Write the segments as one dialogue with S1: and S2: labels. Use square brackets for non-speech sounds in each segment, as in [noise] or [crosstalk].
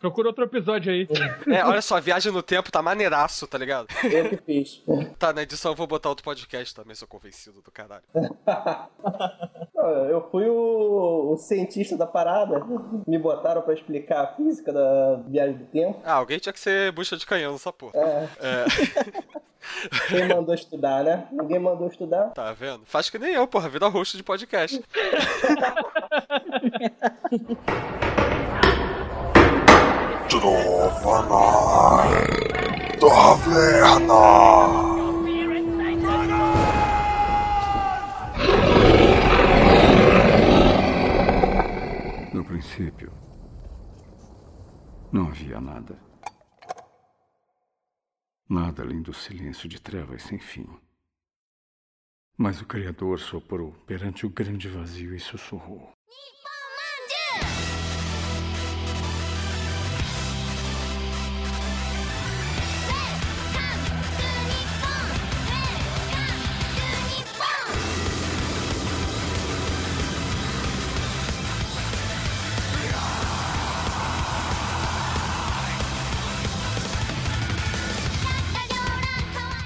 S1: Procura outro episódio aí.
S2: É, olha só, viagem no tempo tá maneiraço, tá ligado?
S3: Eu que fiz.
S2: Tá, na edição eu vou botar outro podcast também, sou convencido do caralho.
S3: Não, Eu fui o, o cientista da parada. Me botaram pra explicar a física da viagem do tempo.
S2: Ah, alguém tinha que ser bucha de canhão nessa porra. É.
S3: Quem mandou estudar, né? Ninguém mandou estudar.
S2: Tá vendo? Faz que nem eu, porra, vida rosto de podcast.
S4: Trovana Taverna
S5: No princípio, não havia nada. Nada além do silêncio de trevas sem fim. Mas o Criador soprou perante o grande vazio e sussurrou.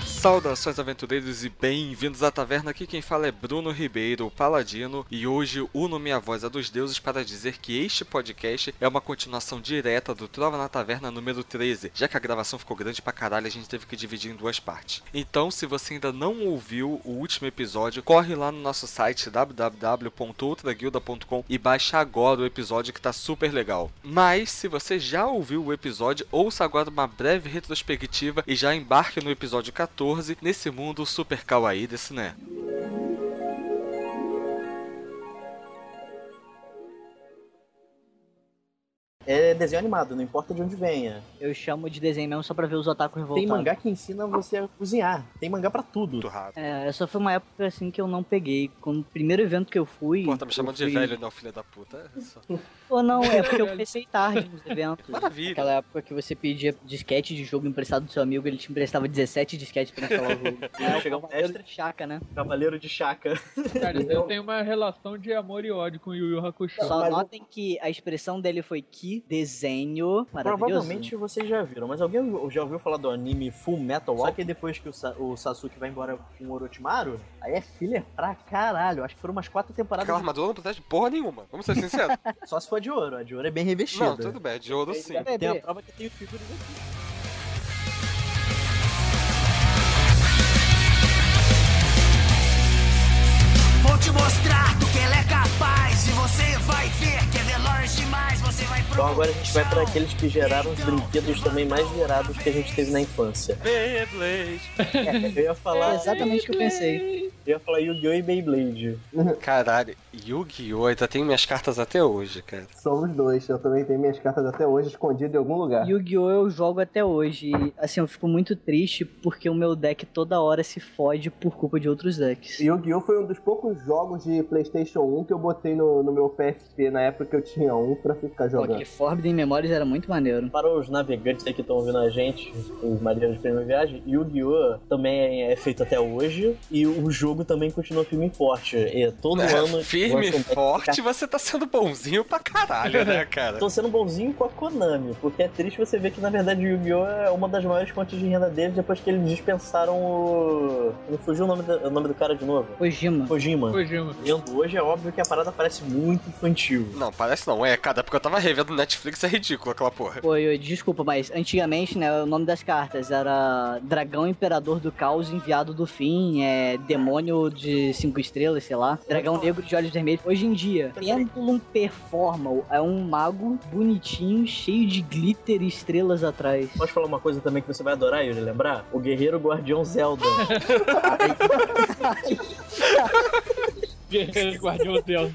S2: Saudações aventureiros e bem-vindos à taverna. Aqui quem fala é Bruno Ribeiro, o Paladino, e hoje uno minha voz a dos deuses para dizer que este podcast é uma continuação direta do Trova na Taverna número 13, já que a gravação ficou grande pra caralho, a gente teve que dividir em duas partes. Então, se você ainda não ouviu o último episódio, corre lá no nosso site www.ultraguilda.com e baixa agora o episódio que tá super legal. Mas, se você já ouviu o episódio, ouça agora uma breve retrospectiva e já embarque no episódio 14, nesse mundo super kawaii desse, né?
S6: É desenho animado, não importa de onde venha.
S7: Eu chamo de desenho mesmo só pra ver os otakus
S6: Tem
S7: revoltados.
S6: mangá que ensina você a cozinhar. Tem mangá pra tudo.
S2: Muito raro.
S7: É, essa foi uma época assim que eu não peguei. Quando o primeiro evento que eu fui.
S2: Pô, tá me chamando
S7: eu
S2: de
S7: fui-
S2: velho, não, filha da puta. É só-
S7: Ou não, é porque eu comecei tarde nos eventos.
S2: Maravilha.
S7: Aquela época que você pedia disquete de jogo emprestado do seu amigo, ele te emprestava 17 disquetes pra instalar o jogo.
S6: É,
S7: Chegou
S6: chegava
S7: uma
S6: um extra.
S7: outra chaca, né?
S6: Cavaleiro de Chaka.
S1: Cara, eu tenho uma relação de amor e ódio com Yu Yu Hakusho.
S7: Só
S3: mas-
S7: notem que a expressão dele foi que desenho maravilhoso.
S6: Provavelmente vocês já viram, mas alguém ou- já ouviu falar do anime Full Metal Só que depois que o, Sa- o Sasuke vai embora com o Orochimaru, aí é filler pra caralho. Acho que foram umas quatro temporadas,
S2: Aquela armadura não protege porra nenhuma. Vamos ser sinceros. né?
S6: de- só se for de ouro. A de ouro é bem revestida.
S2: não, tudo bem, de ouro sim.
S7: bem.
S6: Tem a prova que tem figuras aqui.
S8: Vou te mostrar do que ela é capaz e você vai ver que é veloz demais, você vai pro Então,
S6: Então agora a gente vai pra aqueles que geraram os brinquedos também mais virados que a gente teve na infância.
S2: Beyblade.
S6: É, [laughs] eu ia
S7: É
S6: falar,
S7: exatamente o que eu pensei.
S6: eu ia falar Yu-Gi-Oh! e Beyblade.
S2: Caralho, Yu-Gi-Oh! Ainda tem minhas cartas até hoje, cara.
S3: São os dois. Eu também tenho minhas cartas até hoje escondidas em algum lugar.
S7: Yu-Gi-Oh! eu jogo até hoje. E, assim, eu fico muito triste porque o meu deck toda hora se fode por culpa de outros decks.
S3: Yu-Gi-Oh! foi um dos poucos jogos de PlayStation 1 que eu botei no, no meu PSP na época que eu tinha um pra ficar
S7: Pô,
S3: jogando.
S7: aquele Forbidden Memories era muito maneiro.
S6: Para os navegantes aí que estão ouvindo a gente, os marinheiros de primeira viagem, Yu-Gi-Oh! também é feito até hoje e o jogo também continua firme e forte. E
S2: [laughs]
S6: todo ano.
S2: Né? É, Firme
S6: lança um
S2: e
S6: deck
S2: forte, você tá sendo bonzinho pra caralho, né, cara?
S6: Estão sendo bonzinho com a Konami, porque é triste você ver que na verdade o Yu-Gi-Oh! é uma das maiores fontes de renda deles depois que eles dispensaram o. Não fugiu o nome do, o nome do cara de novo?
S7: Kojima.
S6: Kojima.
S1: Kojima.
S6: Vendo hoje é óbvio que a parada parece muito infantil.
S2: Não, parece não, é, cara, porque eu tava revendo Netflix, é ridículo aquela porra.
S7: Pô, eu, desculpa, mas antigamente, né, o nome das cartas era Dragão Imperador do Caos, Enviado do Fim, é Demônio de Cinco Estrelas, sei lá, Dragão Negro de Olhos Vermelhos. Hoje em dia, Pendulum Performal é um mago bonitinho, cheio de glitter e estrelas atrás.
S6: Posso falar uma coisa também que você vai adorar, Yuri, lembrar? O Guerreiro Guardião Zelda.
S1: Guerreiro [laughs] Guardião Deus.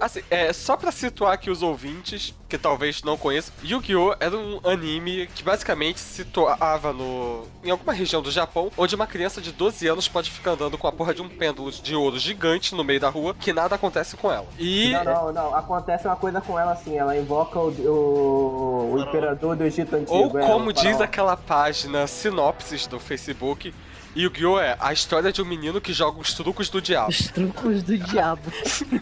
S2: Assim, é, só pra situar aqui os ouvintes, que talvez não conheçam, Yu-Gi-Oh! era um anime que basicamente situava no... em alguma região do Japão, onde uma criança de 12 anos pode ficar andando com a porra de um pêndulo de ouro gigante no meio da rua, que nada acontece com ela. E...
S3: Não, não, não. Acontece uma coisa com ela assim. Ela invoca o, o, o imperador do Egito Antigo.
S2: Ou
S3: é, o
S2: como diz
S3: faraó.
S2: aquela página sinopses do Facebook, Yu-Gi-Oh! é a história de um menino que joga os trucos do diabo.
S7: Os trucos do diabo.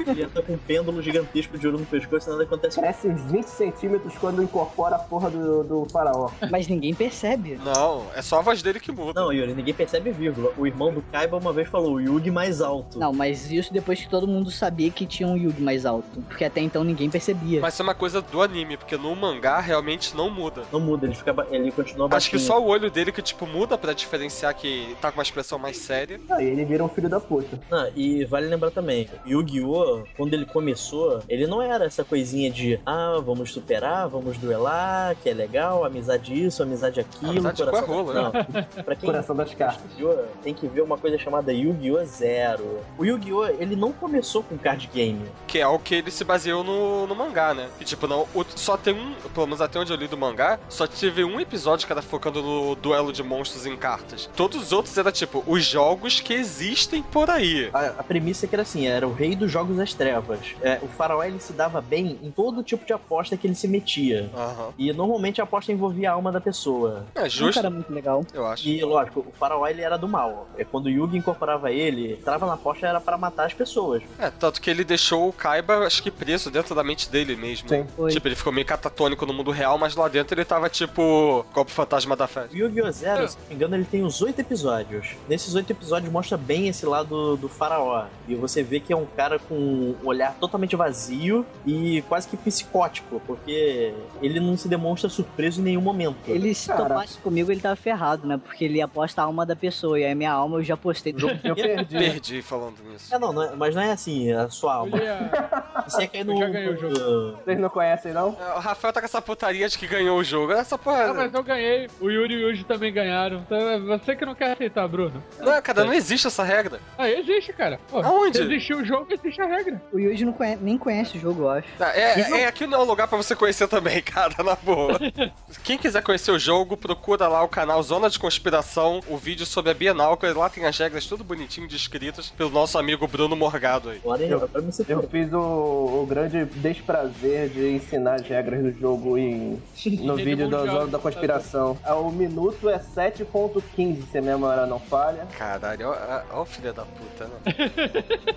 S6: Ele entra com um pêndulo gigantesco de ouro no pescoço e nada acontece.
S3: Cresce uns 20 centímetros quando incorpora a porra do, do faraó.
S7: Mas ninguém percebe.
S2: Não, é só a voz dele que muda.
S6: Não, Yuri, ninguém percebe vírgula. O irmão do Kaiba uma vez falou o Yugi mais alto.
S7: Não, mas isso depois que todo mundo sabia que tinha um Yugi mais alto. Porque até então ninguém percebia.
S2: Mas isso é uma coisa do anime, porque no mangá realmente não muda.
S6: Não muda, ele fica ba- ele continua baixinho.
S2: Acho que só o olho dele que, tipo, muda pra diferenciar que tá com uma expressão mais séria.
S3: Aí ele vira um filho da puta.
S6: Não, e vale lembrar também, Yu-Gi-Oh! quando ele começou, ele não era essa coisinha de ah, vamos superar, vamos duelar, que é legal, amizade isso, amizade aquilo,
S2: Amizade com a rola, né?
S6: da- Não, pra quem
S3: Coração das cartas.
S6: Yu-Gi-Oh! tem que ver uma coisa chamada Yu-Gi-Oh! Zero. O Yu-Gi-Oh! ele não começou com card game.
S2: Que é o que ele se baseou no, no mangá, né? E tipo, não, o- só tem um, pelo menos até onde eu li do mangá, só teve um episódio que era focando no duelo de monstros em cartas. Todos os outros era tipo, os jogos que existem por aí.
S6: A, a premissa é que era assim, era o rei dos jogos das trevas. É, o faraó ele se dava bem em todo tipo de aposta que ele se metia.
S2: Aham.
S6: E normalmente a aposta envolvia a alma da pessoa.
S2: É
S7: Não
S2: justo,
S7: era muito legal.
S2: eu acho.
S6: E lógico, o faraó ele era do mal. É quando o Yugi incorporava ele, entrava na aposta era pra matar as pessoas.
S2: É, tanto que ele deixou o Kaiba, acho que preso dentro da mente dele mesmo.
S3: Sim.
S7: Foi.
S2: Tipo, ele ficou meio catatônico no mundo real, mas lá dentro ele tava tipo. Copo fantasma da festa.
S6: O Yu-Gi-Oh! Zero, se não me engano, ele tem uns oito episódios. Nesses oito episódios mostra bem esse lado do faraó. E você vê que é um cara com um olhar totalmente vazio e quase que psicótico, porque ele não se demonstra surpreso em nenhum momento.
S7: Ele se
S3: Cara.
S7: topasse comigo, ele tava ferrado, né? Porque ele aposta a alma da pessoa. E aí minha alma eu já postei no
S2: [laughs]
S3: Eu perdi.
S2: Perdi falando nisso.
S6: É, não, não é- mas não é assim, a sua alma.
S1: Olha,
S6: Você cai no.
S1: Eu é já ganhei o jogo.
S6: no-
S3: Vocês não conhecem, não?
S2: É, O Rafael tá com essa putaria de que ganhou o jogo. Essa porra.
S1: ah, mas eu ganhei. O Yuri e o Yuji também ganharam. Então é você que não quer aceitar, Bruno.
S2: Não, é, cara, não existe essa regra.
S1: Ah, existe, cara. Pô,
S2: Aonde?
S1: Se existir o jogo, existe a regra.
S7: O Yuji não conhe- nem conhece o jogo, eu acho.
S2: Tá, É, é, aqui não é um lugar pra você conhecer também, [laughs] cara, na boa. Quem quiser conhecer o jogo, procura lá o canal Zona de Conspiração, o vídeo sobre a Bienal, que lá tem as regras tudo bonitinho descritas pelo nosso amigo Bruno Morgado aí.
S6: Agora, agora você
S3: Eu fiz o, o grande desprazer de ensinar as regras do jogo em, no
S1: Ele
S3: vídeo da
S1: mundial.
S3: Zona da Conspiração. Ah, O minuto é 7.15, se a memória não falha.
S2: Caralho, ó, ó, ó o filho da puta, né? [laughs]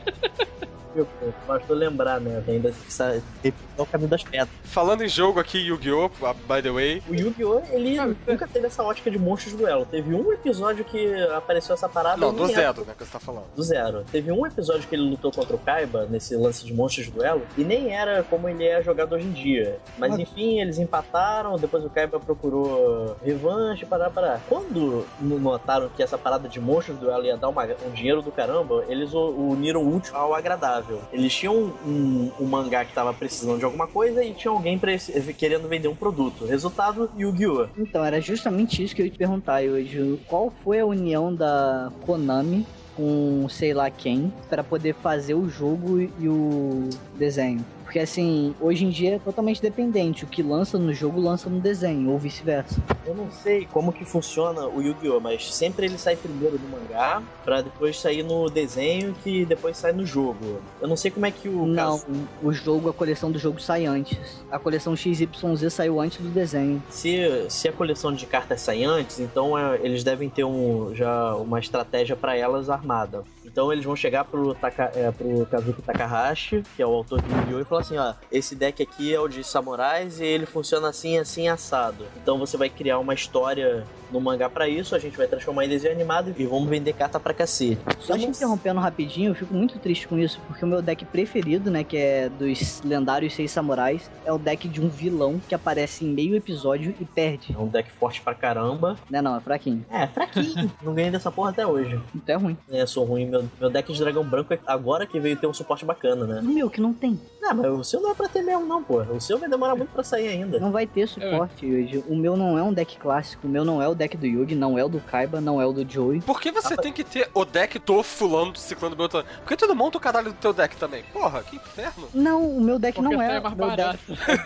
S6: Eu- Bastou lembrar, né? Ainda essa- é o caminho das pedras.
S2: Falando em jogo aqui, Yu-Gi-Oh! ah, By the way,
S6: O Yu-Gi-Oh! ele
S1: é.
S6: nunca teve essa ótica de monstros duelo. Teve um episódio que apareceu essa parada.
S2: Não,
S6: e
S2: do
S6: nem era-
S2: zero, né, que você tá falando.
S6: Do zero. Teve um episódio que ele lutou contra o Kaiba nesse lance de monstros duelo. E nem era como ele é jogado hoje em dia. Mas
S7: Ah.
S6: enfim, eles empataram. Depois o Kaiba procurou revanche, parar, parar. Quando n- notaram que essa parada de monstros duelo ia dar uma- um dinheiro do caramba, eles u- uniram o útil ao agradável. Eles tinham um, um mangá que tava precisando de alguma coisa e tinha alguém pra esse- querendo vender um produto. Resultado, Yu-Gi-Oh!
S7: Então, era justamente isso que eu ia te perguntar, Yuji. Qual foi a união da Konami com sei lá quem pra poder fazer o jogo e o desenho? Porque assim, hoje em dia é totalmente dependente. O que lança no jogo lança no desenho, ou vice-versa.
S6: Eu não sei como que funciona o Yu-Gi-Oh, mas sempre ele sai primeiro no mangá, pra depois sair no desenho que depois sai no jogo. Eu não sei como é que o
S7: Não,
S6: caso-
S7: o jogo, a coleção do jogo sai antes. A coleção XYZ saiu antes do desenho.
S6: se, se a coleção de cartas sai antes, então é, eles devem ter um, já uma estratégia pra elas armada. Então eles vão chegar pro, Taka, é, pro Kazuki Takahashi, que é o autor do Yu-Gi-Oh, e falar assim, ó, esse deck aqui é o de samurais e ele funciona assim, assim, assado. Então você vai criar uma história no mangá pra isso, a gente vai transformar em desenho animado e vamos vender carta pra cacete.
S7: Só
S6: Eu
S7: te
S6: não
S7: interrompendo rapidinho, eu fico muito triste com isso, porque o meu deck preferido, né, que é dos lendários seis samurais, é o deck de um vilão que aparece em meio episódio e perde.
S6: É um deck forte pra caramba.
S7: Né não, é fraquinho.
S6: É, fraquinho. [laughs] não ganhei dessa porra até hoje.
S7: Então é ruim.
S6: É, sou ruim. Meu, meu deck de dragão branco é agora que veio ter um suporte bacana, né?
S7: O meu que não tem.
S6: Ah, mas o seu não é pra ter mesmo, não, pô. O seu vai demorar muito pra sair ainda.
S7: Não vai ter suporte hoje. O meu não é um deck clássico, o meu não é o deck do Yugi, não é o do Kaiba, não é o do Joey.
S2: Por que você tem que ter o deck do fulano, do ciclano, do beltrano? Por que todo mundo monta o caralho do teu deck também? Porra, que inferno.
S7: Não, o meu deck
S1: Porque
S7: não
S1: sai
S7: é.
S1: mais
S7: meu deck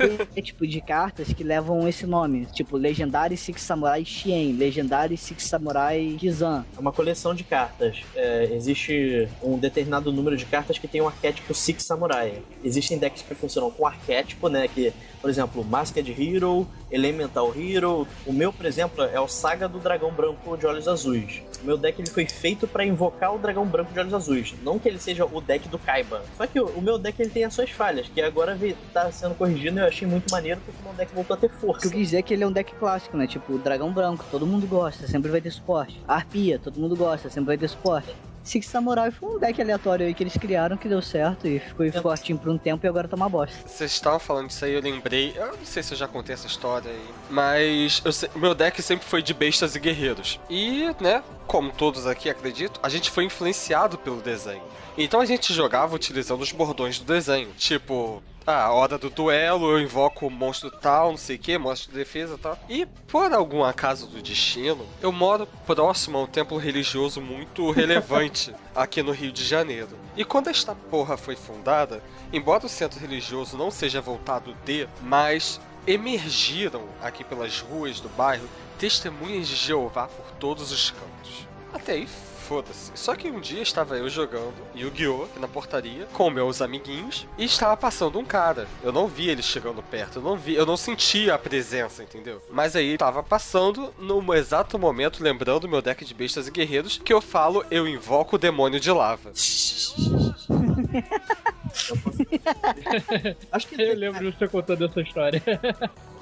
S1: barato.
S7: [laughs] é tipo de cartas que levam esse nome. Tipo, Legendary Six Samurai Shien, Legendary Six Samurai Kizan.
S6: É uma coleção de cartas. É, existe existe um determinado número de cartas que tem um arquétipo Six Samurai. Existem decks que funcionam com arquétipo, né? Que, por exemplo, Masked Hero, Elemental Hero. O meu, por exemplo, é o Saga do Dragão Branco de Olhos Azuis. O meu deck ele foi feito para invocar o Dragão Branco de Olhos Azuis. Não que ele seja o deck do Kaiba. Só que o o meu deck ele tem as suas falhas, que agora vi- tá sendo corrigido e eu achei muito maneiro porque o meu deck voltou a ter
S7: O que
S6: força.
S7: eu quis dizer é que ele é um deck clássico, né? Tipo, Dragão Branco, todo mundo gosta, sempre vai ter suporte. Arpia, todo mundo gosta, sempre vai ter suporte. Six Samurai foi um deck aleatório aí que eles criaram, que deu certo e ficou fortinho por um tempo e agora tá uma bosta.
S2: Você estava falando disso aí, eu lembrei. Eu não sei se eu já contei essa história aí. Mas eu se- meu deck sempre foi de bestas e guerreiros. E, né, como todos aqui acredito, a gente foi influenciado pelo desenho. Então a gente jogava utilizando os bordões do desenho. Tipo, ah, hora do duelo, eu invoco o monstro tal, não sei o que, monstro de defesa e tal. E por algum acaso do destino, eu moro próximo a um templo religioso muito relevante aqui no Rio de Janeiro. E quando esta porra foi fundada, embora o centro religioso não seja voltado de, mas emergiram aqui pelas ruas do bairro testemunhas de Jeová por todos os cantos. Até aí, foda-se. Só que um dia estava eu jogando Yu-Gi-Oh! aqui na portaria com meus amiguinhos e estava passando um cara. Eu não vi ele chegando perto, eu não vi, eu não sentia a presença, entendeu? Mas aí estava passando no exato momento, lembrando meu deck de bestas e guerreiros, que eu falo, eu invoco o demônio de lava.
S6: Acho que
S1: Eu lembro de você contando essa história.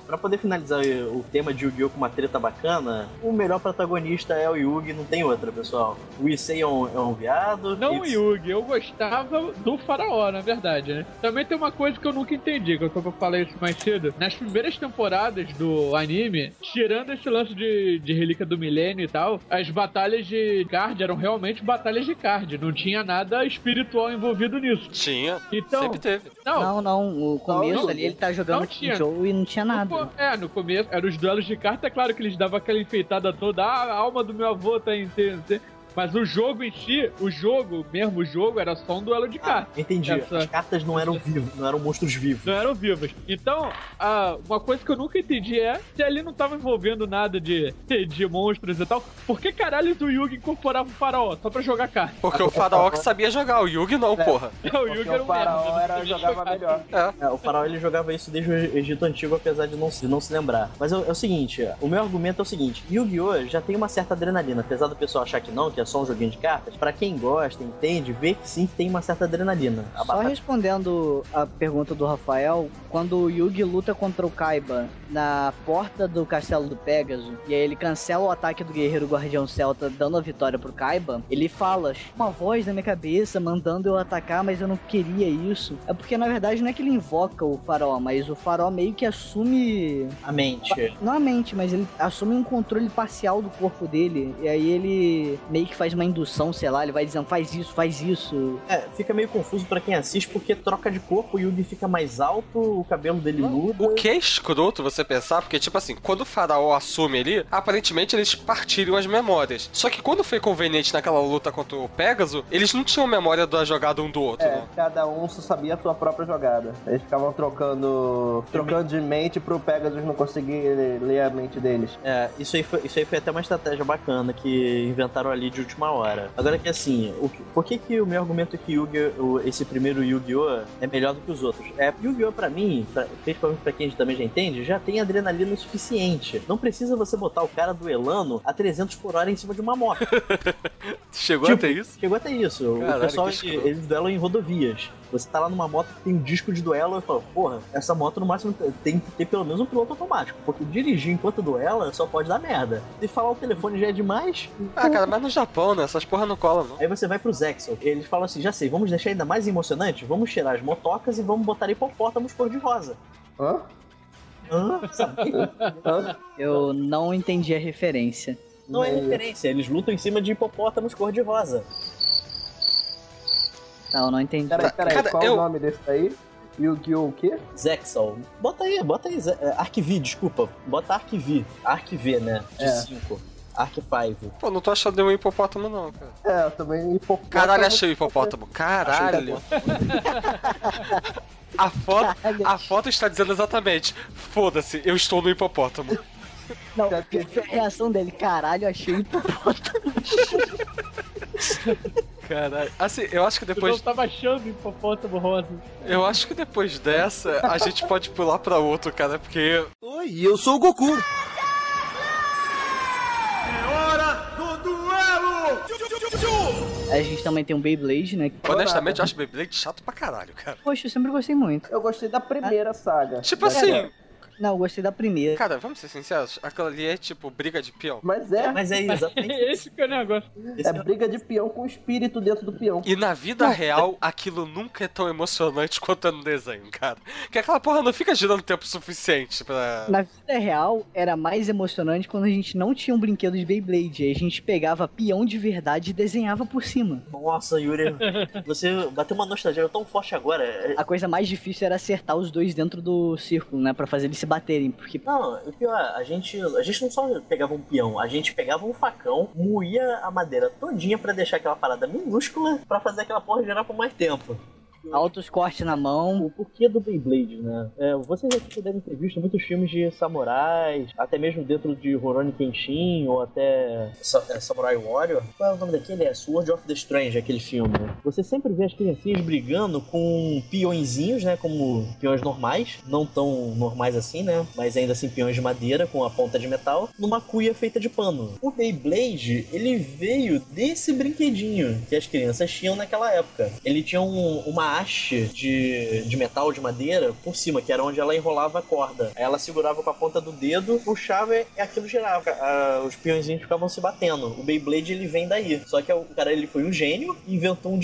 S6: Pra poder finalizar o tema de Yu-Gi-Oh! com uma treta bacana, o melhor protagonista é o Yugi, não tem outra, pessoal. O Issei é um, é um viado.
S1: Não o
S6: It's-
S1: Yugi, eu gostava do faraó, na verdade, né? Também tem uma coisa que eu nunca entendi, que eu só falei isso mais cedo. Nas primeiras temporadas do anime, tirando esse lance de, de relíquia do milênio e tal, as batalhas de card eram realmente batalhas de card, não tinha nada espiritual envolvido nisso.
S2: Tinha,
S1: Então,
S2: sempre teve.
S1: não,
S7: Não, não, o começo
S1: não,
S7: ali ele tá
S1: não
S7: jogando com
S1: tinha.
S7: o Joe e não tinha
S1: No
S7: nada.
S1: co- é, no começo eram os duelos de carta, é claro que eles davam aquela enfeitada toda, ah, a alma do meu avô tá em. tem- tem- Mas o jogo em si, o jogo, mesmo o jogo, era só um duelo de carta.
S6: Ah, Entendi.
S1: Essa-
S6: As cartas não eram vivos, não eram monstros vivos.
S1: Não eram vivas. Então, ah, uma coisa que eu nunca entendi é se ali não tava envolvendo nada de, de monstros e tal, por que caralho o Yugi incorporava o faraó só pra jogar carta? [laughs]
S2: Porque o faraó que sabia jogar, o Yugi não, porra.
S1: O Yugi era um
S3: o faraó
S1: merda,
S3: era,
S1: não sabia
S3: jogava
S1: jogar.
S3: melhor.
S6: É, o faraó ele jogava isso desde o Egito Antigo, apesar de não, se- de não se lembrar. Mas é, o- é o seguinte, o meu argumento é o seguinte: Yu-Gi-Oh! já tem uma certa adrenalina, apesar do pessoal achar que não, que é só um joguinho de cartas. Pra quem gosta, entende, vê que sim que tem uma certa adrenalina. A
S7: Só
S6: batalha
S7: respondendo a pergunta do Rafael, quando o Yugi luta contra o Kaiba na porta do castelo do Pégaso, e aí ele cancela o ataque do guerreiro guardião celta, dando a vitória pro Kaiba, ele fala uma voz na minha cabeça mandando eu atacar, mas eu não queria isso. É porque na verdade não é que ele invoca o faraó, mas o faraó meio que assume
S6: a mente.
S7: não a mente, mas ele assume um controle parcial do corpo dele. E aí ele meio que faz uma indução, sei lá, ele vai dizendo faz isso, faz isso.
S6: É, fica meio confuso pra quem assiste, porque troca de corpo, o Yugi fica mais alto, o cabelo dele muda.
S2: O que é escroto você pensar, porque, tipo assim, quando o faraó assume ali, aparentemente eles partiram as memórias. Só que quando foi conveniente naquela luta contra o Pégaso, eles não tinham memória da jogada um do outro,
S3: É,
S2: né?
S3: cada um só sabia a sua própria jogada. Eles ficavam trocando trocando de mente pro Pegasus não conseguir ler a mente deles.
S6: É, isso aí, foi, isso aí foi até uma estratégia bacana que inventaram ali de última hora. Agora que assim, o que- por que, que o meu argumento é que Yugi, o- esse primeiro Yu-Gi-Oh! é melhor do que os outros? É, Yu-Gi-Oh! pra mim, pra- principalmente pra quem também já entende, já tem adrenalina o suficiente. Não precisa você botar o cara duelando a 300 por hora em cima de uma moto.
S2: Chegou
S6: Tipo-
S2: até isso?
S6: Chegou até isso.
S2: Caralho,
S6: o pessoal,
S2: que escroto.
S6: eles duelam em rodovias. Você tá lá numa moto que tem um disco de duelo e fala, porra, essa moto no máximo tem que ter pelo menos um piloto automático. Porque dirigir enquanto duela só pode dar merda. Se falar o telefone já é demais.
S2: Ah, cara, mas no Japão, né? Essas porra não colam, não.
S6: Aí você vai pro Zexel. Eles falam assim, já sei, vamos deixar ainda mais emocionante? Vamos tirar as motocas e vamos botar hipopótamos cor de rosa.
S3: Hã?
S6: Hã? Sabia?
S3: Hã?
S7: Eu não entendi a referência.
S6: Não é
S3: Não.
S6: referência. Eles lutam em cima de hipopótamos cor de rosa.
S7: tá? Não, não entendi.
S3: Peraí, peraí,
S2: Cara,
S3: qual
S2: eu-
S3: o nome desse aí? Yu-Gi-Oh! o quê?
S6: Zexel. Bota aí, bota aí. Ze- é, Arquivi, desculpa. Bota Arquivi. Arquivi, né? De
S3: É.
S6: 5. Arc 5.
S2: Pô, não tô achando nenhum hipopótamo, não, cara.
S3: É, eu também hipopótamo.
S2: Caralho, achei o hipopótamo. Caralho. A foto,
S7: É
S2: a foto está dizendo exatamente: foda-se, eu estou no hipopótamo.
S7: Não,
S3: Quer
S7: porque
S3: dizer-
S7: a reação dele, caralho, achei hipopótamo.
S2: Caralho. Assim, eu acho que
S1: Eu não
S2: depois.
S1: tava achando hipopótamo rosa. [laughs]
S2: Eu acho que depois dessa a gente pode pular pra outro, cara, porque.
S9: Oi, eu sou o Goku.
S7: A gente também tem um Beyblade, né?
S2: Honestamente, eu acho Beyblade chato pra caralho, cara.
S7: Poxa, eu sempre gostei muito.
S3: Eu gostei da primeira saga.
S2: Tipo
S3: Da
S2: assim,
S3: série.
S7: Não, eu gostei da primeira.
S2: cara, vamos ser sinceros, aquela ali é tipo briga de peão.
S3: Mas é,
S6: Mas é
S1: [laughs]
S6: exatamente
S1: Esse que é o negócio.
S6: isso.
S3: é briga de peão com espírito dentro do peão.
S2: E na vida real, aquilo nunca é tão emocionante [laughs] quanto é no desenho, cara. Que aquela porra não fica girando tempo suficiente pra.
S7: Na vida real, era mais emocionante quando a gente não tinha um brinquedo de Beyblade. Aí a gente pegava peão de verdade e desenhava por cima.
S6: Nossa, Yuri, você bateu uma nostalgia tão forte agora. É-
S7: A coisa mais difícil era acertar os dois dentro do círculo, né? Pra fazer eles se baterem. Porque
S6: Não, o pior, a gente, a gente não só pegava um peão, a gente pegava um facão, moía a madeira todinha pra deixar aquela parada minúscula pra fazer aquela porra gerar por mais tempo.
S7: altos cortes na mão.
S6: Então, O porquê do Beyblade, né? É, vocês aqui devem ter visto muitos filmes de samurais, até mesmo dentro de Rurouni Kenshin, ou até Sa- é, Samurai Warrior. Qual é o nome daquele? É Sword of the Strange, aquele filme. Você sempre vê as criancinhas brigando com peõezinhos, né? Como peões normais, não tão normais assim, né? Mas ainda assim peões de madeira com a ponta de metal, numa cuia feita de pano. O Beyblade, ele veio desse brinquedinho que as crianças tinham naquela época. Ele tinha um- uma haste de, de metal, de madeira, por cima, que era onde ela enrolava a corda. Aí Ela segurava com a ponta do dedo, puxava e aquilo girava. Ah, os peõezinhos ficavam se batendo. O Beyblade, ele vem daí. Só que o cara, ele foi um gênio e inventou um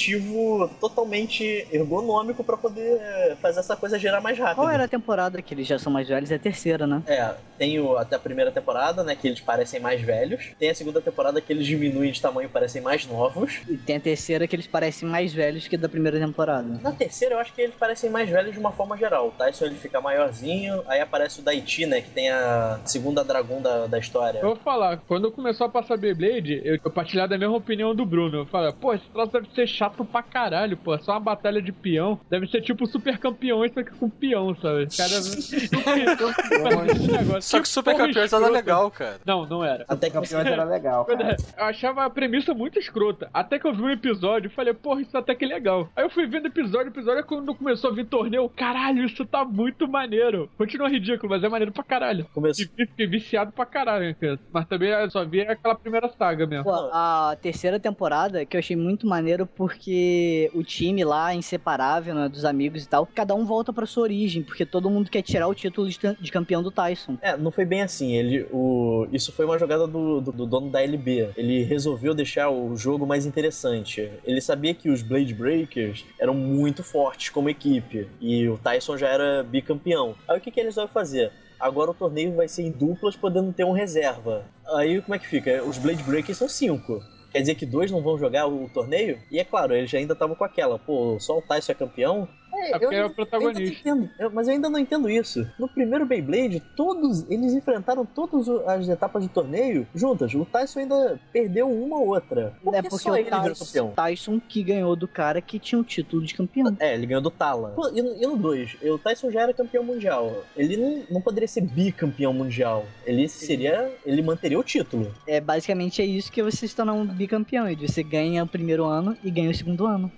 S6: dispositivo totalmente ergonômico pra poder eh, fazer essa coisa girar mais rápido.
S7: Qual era a temporada que eles já são mais velhos? É a terceira, né?
S6: É, tem o, até a primeira temporada, né, que eles parecem mais velhos. Tem a segunda temporada que eles diminuem de tamanho e parecem mais novos.
S7: E tem a terceira que eles parecem mais velhos que a da primeira temporada.
S6: Na terceira, eu acho que eles parecem mais velhos de uma forma geral. O Tyson, ele fica maiorzinho. Aí aparece o Daiti, né, que tem a segunda dragão da, da história.
S1: Eu vou falar, quando começou a passar Beyblade, eu, eu partilhava da mesma opinião do Bruno. Eu falava, pô, esse troço deve ser chato pra caralho, pô. é Só uma batalha de peão. Deve ser tipo super campeões, só que com peão, sabe? Os caras. [laughs] Esse negócio.
S2: Só que
S1: Que
S2: Super
S1: tipo porra
S2: Campeões era
S1: escrota.
S2: legal, cara.
S1: Não, não era.
S6: Até que
S3: Campeões era legal, cara.
S1: Eu achava a premissa muito escrota. Até que eu vi um episódio e falei, porra, isso até que é legal. Aí eu fui vendo episódio, episódio, aí quando começou a vir torneio, caralho, isso tá muito maneiro. Continua ridículo, mas é maneiro pra caralho.
S6: começou...
S1: Fiquei fiquei viciado pra caralho, né, cara. Mas também eu só vi aquela primeira saga mesmo.
S7: Pô, a terceira temporada que eu achei muito maneiro porque o time lá, inseparável, né, dos amigos e tal, cada um volta pra sua origem, porque todo mundo quer tirar o título de tan- de campeão do Tyson.
S6: É, não foi bem assim. Ele, o, isso foi uma jogada do, do, do dono da LB. Ele resolveu deixar o jogo mais interessante. Ele sabia que os Blade Breakers eram muito fortes como equipe. E o Tyson já era bicampeão. Aí o que, que eles vão fazer? Agora o torneio vai ser em duplas, podendo ter um reserva. Aí como é que fica? Os Blade Breakers são cinco. Quer dizer que dois não vão jogar o torneio? E é claro, eles ainda estavam com aquela. Pô, só o Tyson é campeão? É,
S1: É porque
S6: eu-
S1: era o protagonista.
S6: eu ainda não entendo, eu- mas eu ainda não entendo isso. No primeiro Beyblade, todos eles enfrentaram todas o- as etapas do torneio juntas. O Tyson ainda perdeu uma ou outra. Por
S7: é
S6: que
S7: porque
S6: só
S7: o
S6: ele virou
S7: Tyson,
S6: campeão?
S7: Tyson que ganhou do cara que tinha o título de campeão.
S6: É, ele ganhou do Tala. Pô, E no- e no 2, o Tyson já era campeão mundial. Ele não, não poderia ser bicampeão mundial. Ele seria. Ele manteria o título.
S7: É basicamente é isso que você se torna um bicampeão, Ed. Você ganha o primeiro ano e ganha o segundo ano.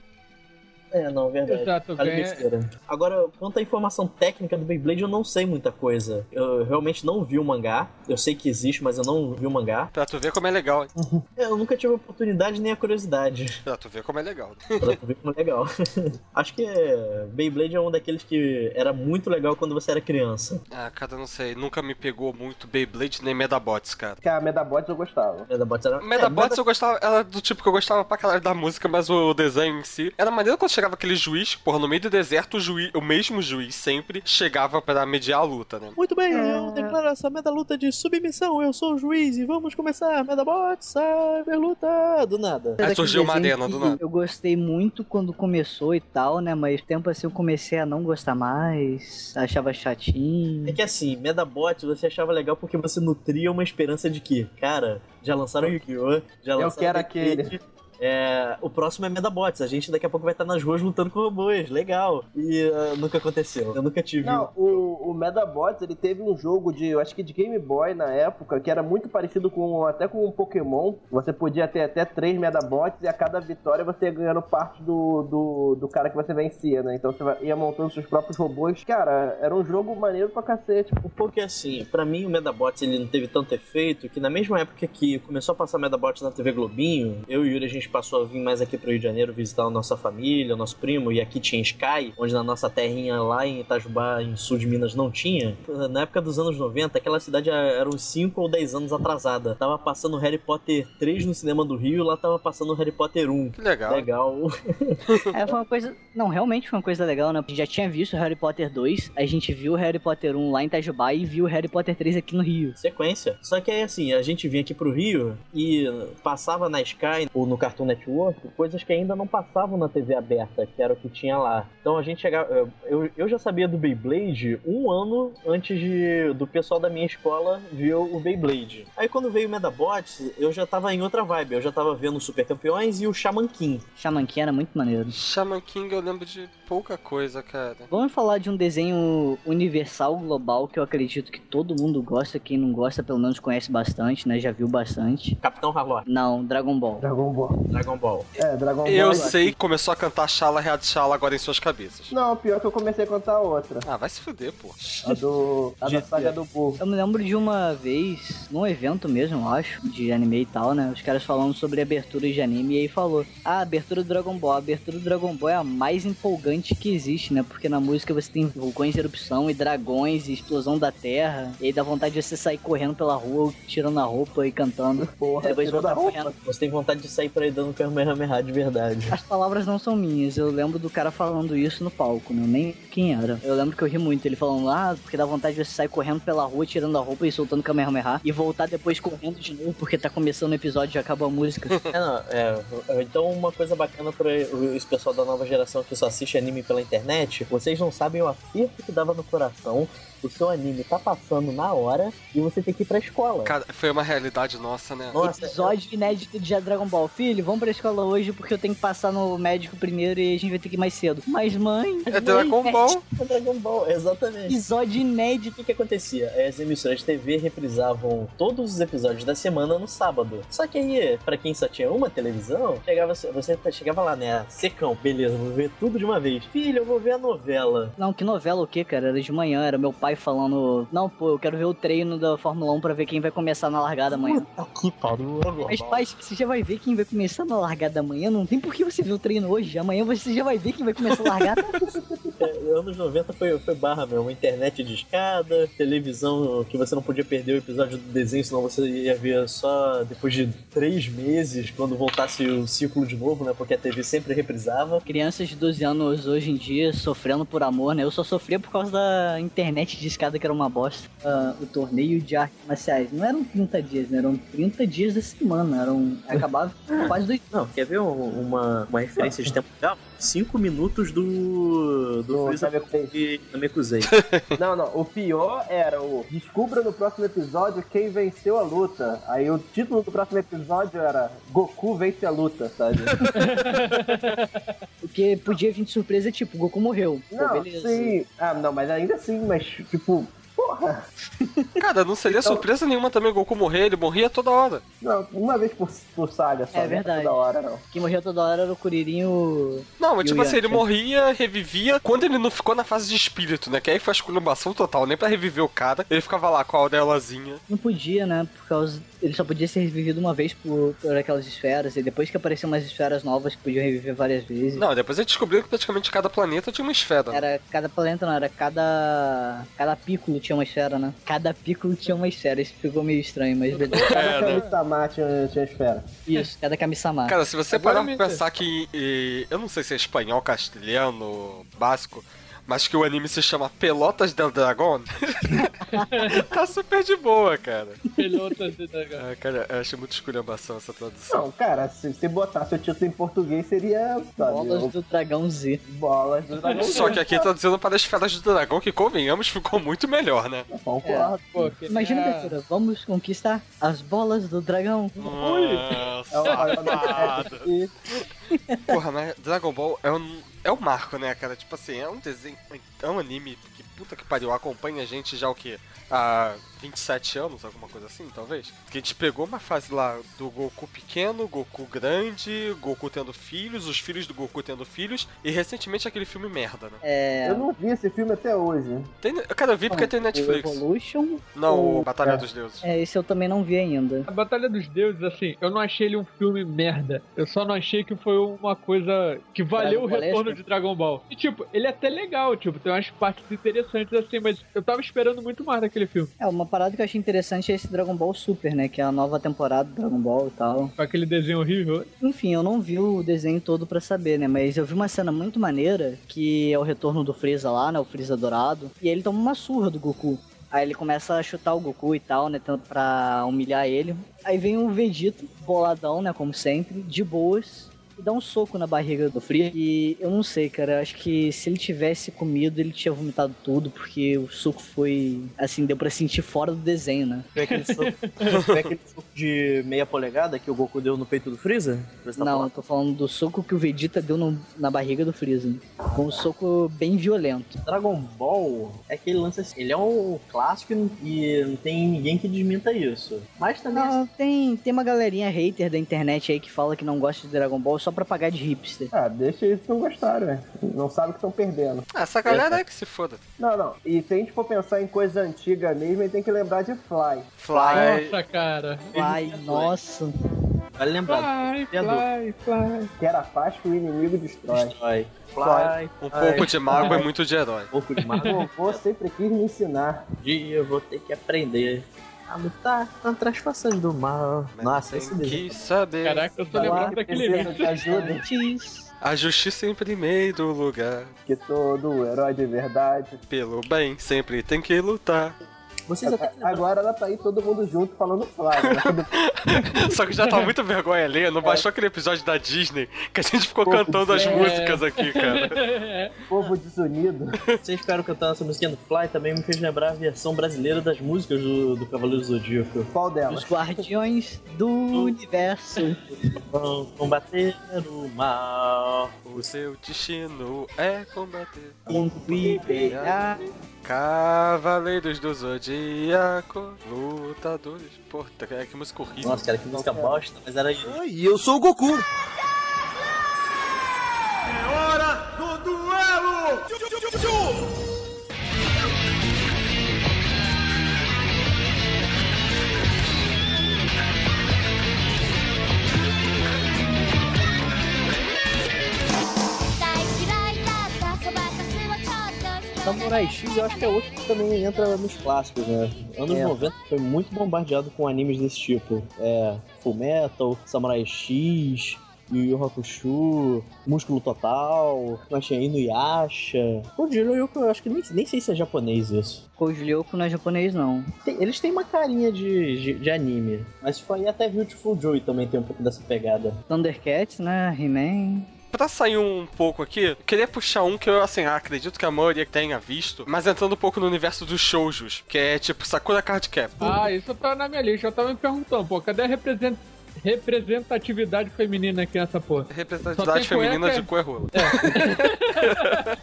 S6: É, não, verdade.
S1: Exato, é
S6: Falei
S1: ganha-
S6: besteira. Agora, quanto à informação técnica do Beyblade, eu não sei muita coisa. Eu realmente não vi o mangá. Eu sei que existe, mas eu não vi o mangá.
S2: Pra tu ver como é legal, hein?
S6: É, Eu nunca tive a oportunidade nem a curiosidade. [laughs]
S2: Pra tu ver como é legal.
S6: Pra tu ver como é legal. [laughs] Acho que é, Beyblade é um daqueles que era muito legal quando você era criança.
S2: Ah, cara, não sei, nunca me pegou muito Beyblade nem Medabots, cara.
S3: Cara, Medabots eu gostava.
S6: Medabots era...
S2: Medabots eu gostava, era do tipo que eu gostava pra caralho da música, mas o desenho em si. Era maneiro quando chegava aquele juiz, porra, no meio do deserto, o, juiz, o mesmo juiz sempre chegava pra mediar a luta, né?
S6: é Muito bem, eu declaro essa meta luta de submissão. Eu sou o juiz e vamos começar. Medabots, cyber luta. Do nada.
S2: Aí surgiu uma
S7: Daquele
S2: arena do
S7: desenho
S2: nada.
S7: que Eu gostei muito quando começou e tal, né? Mas tempo assim eu comecei a não gostar mais, achava
S6: É [laughs]
S7: chatinho.
S6: que assim, Medabot você achava legal porque você nutria uma esperança de que, cara, já lançaram o Yu-Gi-Oh! Já
S3: Eu
S6: lançaram
S3: quero
S6: Beyblade, É, o próximo é Medabots. A gente daqui a pouco vai estar nas ruas lutando com robôs. Legal. E ah, nunca aconteceu. Eu nunca tive. um.
S3: Não, o, o Medabots, ele teve um jogo de, eu acho que de Game Boy na época, que era muito parecido com até com um Pokémon. Você podia ter até três Medabots e a cada vitória você ia ganhando parte do, do, do cara que você vencia, né? Então você vai- ia montando seus próprios robôs. Cara, era um jogo maneiro pra cacete.
S6: O pouco é assim, pra mim o Medabots ele não teve tanto efeito que na mesma época que começou a passar Medabots na TV Globinho, eu e o Yuri a gente passou a vir mais aqui pro Rio de Janeiro visitar a nossa família, o nosso primo, e aqui tinha Sky, onde na nossa terrinha lá em Itajubá, em sul de Minas, não tinha. Na época dos anos 90, aquela cidade era uns 5 ou 10 anos atrasada. Tava passando Harry Potter 3 no cinema do Rio, lá tava passando Harry Potter 1.
S2: Que legal.
S6: Legal.
S7: É, foi uma coisa. Não, realmente foi uma coisa legal, né? A gente já tinha visto Harry Potter 2, a gente viu Harry Potter 1 lá em Itajubá e viu Harry Potter 3 aqui no Rio.
S6: sequência. Só que aí assim, a gente vinha aqui pro Rio e passava na Sky ou no Cartoon Network coisas que ainda não passavam na TV aberta, que era o que tinha lá. Então a gente chegava. Eu, eu já sabia do Beyblade um ano antes de, do pessoal da minha escola ver o Beyblade. Aí quando veio o Medabots, eu já tava em outra vibe. Eu já tava vendo o Super Campeões e o Shaman King.
S7: Shaman King era muito maneiro.
S2: Shaman King eu lembro de pouca coisa, cara.
S7: Vamos falar de um desenho universal global que eu acredito que todo mundo gosta, quem não gosta pelo menos conhece bastante, né? Já viu bastante.
S6: Capitão Harlock,
S7: Não, Dragon Ball.
S3: Dragon Ball.
S6: Dragon Ball.
S3: É, Dragon Ball.
S2: Eu sei que começou a cantar Shala Read Shala agora em suas cabeças.
S3: Não, pior que eu comecei a contar outra.
S2: Ah, vai se fuder, pô.
S3: A do. A da saga do burro.
S7: Eu me lembro de uma vez, num evento mesmo, eu acho, de anime e tal, né? Os caras falando sobre aberturas de anime e aí falou: Ah, a abertura do Dragon Ball. A abertura do Dragon Ball é a mais empolgante que existe, né? Porque na música você tem vulcões em erupção e dragões e explosão da terra. E aí dá vontade de você sair correndo pela rua, tirando a roupa e cantando.
S3: Porra,
S7: Depois
S3: tirou da
S7: voltar
S3: roupa.
S7: correndo.
S6: Você tem vontade de sair por aí dando Kamehameha de verdade.
S7: As palavras não são minhas, eu lembro do cara falando isso no palco, né? Nem quem era. Eu lembro que eu ri muito, ele falando, ah, porque dá vontade de você sair correndo pela rua, tirando a roupa e soltando Kamehameha, e voltar depois correndo de novo, porque tá começando o episódio e já acabou a música.
S6: É, não, é, então uma coisa bacana para esse pessoal da nova geração que só assiste anime pela internet, vocês não sabem o aperto que dava no coração o seu anime tá passando na hora e você tem que ir pra escola.
S2: Cara, foi uma realidade nossa, né?
S6: Nossa,
S7: episódio inédito de Dragon Ball. Filho, vamos pra escola hoje porque eu tenho que passar no médico primeiro e a gente vai ter que ir mais cedo. Mas mãe,
S2: É Dragon Ball.
S6: é Dragon Ball, exatamente.
S7: episódio inédito.
S6: O que, que acontecia? É, As emissoras de TV reprisavam todos os episódios da semana no sábado. Só que aí, pra quem só tinha uma televisão, chegava, você chegava lá, né? Secão, beleza, vou ver tudo de uma vez. Filho, eu vou ver a novela.
S7: Não, que novela o quê, cara? Era de manhã, era meu pai falando. Não, pô, eu quero ver o treino da Fórmula 1 pra ver quem vai começar na largada amanhã.
S6: Que pariu,
S7: Mas, pai, você já vai ver quem vai começar na largada amanhã. Não tem por que você ver o treino hoje. Amanhã você já vai ver quem vai começar a largada.
S6: É, anos 90 foi, foi barra mesmo. Internet de escada, televisão que você não podia perder o episódio do desenho, senão você ia ver só depois de três meses, quando voltasse o ciclo de novo, né? Porque a TV sempre reprisava.
S7: [laughs] Crianças de 12 anos hoje em dia sofrendo por amor, né? Eu só sofria por causa da internet de escada que era uma bosta. Ah, o torneio de artes marciais não eram 30 dias, né? Eram 30 dias da semana. Eram. [laughs] Acabava quase dois.
S6: Não, quer ver um- uma, uma referência de tempo real? Cinco minutos do. do
S3: Do
S6: Freeza
S3: Cyberpunk.
S6: e eu me acusei. [laughs]
S3: Não, não. O pior era o Descubra no próximo episódio quem venceu a luta. Aí o título do próximo episódio era Goku vence a luta,
S7: [laughs]
S3: sabe?
S7: Porque podia vir de surpresa, tipo, Goku morreu. Pô,
S3: não,
S7: beleza.
S3: sim. Ah, não, mas ainda assim, mas tipo, porra.
S2: Cara, não seria surpresa nenhuma também o Goku morrer, ele morria toda hora.
S3: Não, uma vez por, por saga só,
S7: É
S3: não
S7: verdade.
S3: toda hora, não.
S7: Quem morreu toda hora era o Curirinho.
S2: Não,
S7: E
S2: mas
S7: o
S2: tipo assim, ele
S7: Yamcha?
S2: morria, revivia, quando ele não ficou na fase de espírito, né? Que aí foi a esculhambação total, nem pra reviver o cara, ele ficava lá com a aurelazinha.
S7: Não podia, né? Por causa. Ele só podia ser revivido uma vez por, por aquelas esferas. E depois que apareciam umas esferas novas que podiam reviver várias vezes.
S2: Não, depois ele descobriu que praticamente cada planeta tinha uma esfera.
S7: Era cada planeta, não, era cada. Cada pículo tinha uma esfera, né? Cada pículo tinha uma esfera. Isso ficou meio estranho, mas beleza.
S3: Cada é, tinha, tinha esfera.
S7: Isso, cada Kami-sama.
S2: Cara, se você
S1: Agora
S2: parar
S1: me-
S2: pra pensar que. eh, eu não sei se é espanhol, castelhano, basco. mas que o anime se chama Pelotas del Dragon, [laughs] tá super de boa, cara.
S1: Pelotas de dragão.
S2: Ah, cara, eu acho muito esculhambação essa tradução.
S3: Não, cara, se você botasse o título em português seria. Sabe,
S7: Bolas do Dragão Z.
S3: um- bolas do dragão.
S2: Só que aqui traduzindo para as feras do dragão, que convenhamos, ficou muito melhor, né?
S3: Concordo.
S7: É.
S1: Pô, que-
S7: Imagina,
S1: ah,
S7: Bertura, vamos conquistar as bolas do dragão.
S3: É uma-
S2: [laughs]
S3: é uma-
S2: Safado.
S3: E-
S2: Porra, mas Dragon Ball é um, é um marco, né, cara? Tipo assim, é um desenho, é um anime que puta que pariu, acompanha a gente já o quê? Há 27 anos, alguma coisa assim, talvez? Que a gente pegou uma fase lá do Goku pequeno, Goku grande, Goku tendo filhos, os filhos do Goku tendo filhos, e recentemente aquele filme merda, né?
S7: É.
S3: Eu não vi esse filme até hoje.
S2: Tem, cara, eu vi porque tem Netflix.
S7: O Evolution.
S2: Não, o Batalha dos Deuses.
S7: É, esse eu também não vi ainda.
S1: A Batalha dos Deuses, assim, eu não achei ele um filme merda. Eu só não achei que foi uma coisa que valeu o
S7: Dragon Ball é
S1: retorno
S7: Esque?
S1: de Dragon Ball. E, tipo, ele é até legal, tipo, tem umas partes interessantes, assim, mas eu tava esperando muito mais daquele filme.
S7: É, uma parada que eu achei interessante é esse Dragon Ball Super, né? Que é a nova temporada do Dragon Ball e tal.
S1: Com aquele desenho horrível.
S7: Enfim, eu não vi o desenho todo pra saber, né? Mas eu vi uma cena muito maneira, que é o retorno do Freeza lá, né? O Freeza dourado. E ele toma uma surra do Goku. Aí ele começa a chutar o Goku e tal, né? tenta- Pra humilhar ele. Aí vem o Vegeta, boladão, né? Como sempre, de boas. E dá um soco na barriga do Freeza. E eu não sei, cara. eu Acho que se ele tivesse comido, ele tinha vomitado tudo. Porque o soco foi. Assim, deu pra sentir fora do desenho, né?
S6: Foi aquele soco, foi aquele soco de meia polegada que o Goku deu no peito do Freeza? Você tá
S7: não, eu
S6: falando?
S7: tô falando do soco que o Vegeta deu no- na barriga do Freeza. Foi um soco bem violento.
S4: Dragon Ball é aquele lance assim, ele é um clássico e não tem ninguém que desminta isso. Mas também
S7: Não, tem, tem uma galerinha hater da internet aí que fala que não gosta de Dragon Ball só pra pagar de hipster.
S3: Ah, deixa eles que não gostaram, né? Não sabe o que estão perdendo.
S2: Ah, essa galera aí que se foda.
S3: Não, não. E se a gente for pensar em coisa antiga mesmo, a gente tem que lembrar de Fly.
S2: Fly.
S1: Nossa, cara.
S3: [laughs]
S7: Ai, nossa.
S4: vale lembrar.
S1: Fly, fly,
S4: Criador.
S1: fly.
S3: Que era a paz que o inimigo destrói.
S4: Destrói.
S2: Fly.
S4: Fly.
S2: Um pouco de mago é muito de herói.
S4: Um pouco de mago.
S3: Meu avô sempre quis me ensinar.
S4: Um dia eu vou ter que aprender a lutar contra as forças do mal. Nossa, é esse
S2: Tem
S4: desenho.
S2: que saber.
S1: Caraca, eu tô lembrando daquele
S3: Preciso de ajuda,
S2: A justiça em primeiro lugar.
S3: que todo herói de verdade. tá
S2: Pelo bem, sempre tem que lutar.
S4: Vocês até lembram
S3: Agora ela tá aí todo mundo junto falando Fly.
S4: [laughs]
S3: né?
S2: Só que já tá muito vergonha ali, não baixou aquele episódio da Disney que a gente ficou cantando as
S1: é.
S2: músicas aqui,
S4: [laughs]
S2: cara.
S3: Povo desunido.
S4: Vocês ficaram cantando essa musiquinha do Fly também me fez lembrar a versão brasileira das músicas do, do Cavaleiro Zodíaco.
S3: Qual delas?
S7: Os guardiões do universo.
S4: Vão combater o mal.
S2: O seu destino é combater.
S7: Ah,
S2: Cavaleiros do Zodíaco, lutadores. Pô, tá- que música horrível.
S4: Nossa, cara, que música bosta, mas era isso.
S9: E eu sou o Goku.
S4: Samurai Então, X eu acho que é outro que também entra nos clássicos, né? Anos
S7: É.
S4: 90 foi muito bombardeado com animes desse tipo. É, Full Metal, Samurai X, Yu Yu Hakusho, Músculo Total, mas tinha Inuyasha. O Jiro Yuko eu acho que nem, nem sei se é japonês isso.
S7: Koji Lyoko não é japonês, não.
S4: Tem- eles têm uma carinha de, de, de anime. Mas foi até Beautiful Joy também tem um pouco dessa pegada.
S7: Thundercats, né? He-Man.
S2: Pra sair um pouco aqui, eu queria puxar um que eu, assim, acredito que a maioria tenha visto, mas entrando um pouco no universo dos shoujos, que é tipo Sakura Card Cap.
S1: [laughs] Ah, isso tá na minha lista. Eu tava me perguntando, pô, cadê a represent- representatividade feminina aqui nessa porra?
S2: Representatividade
S1: Só tem
S2: feminina
S1: cueca.
S2: de é Coerrola.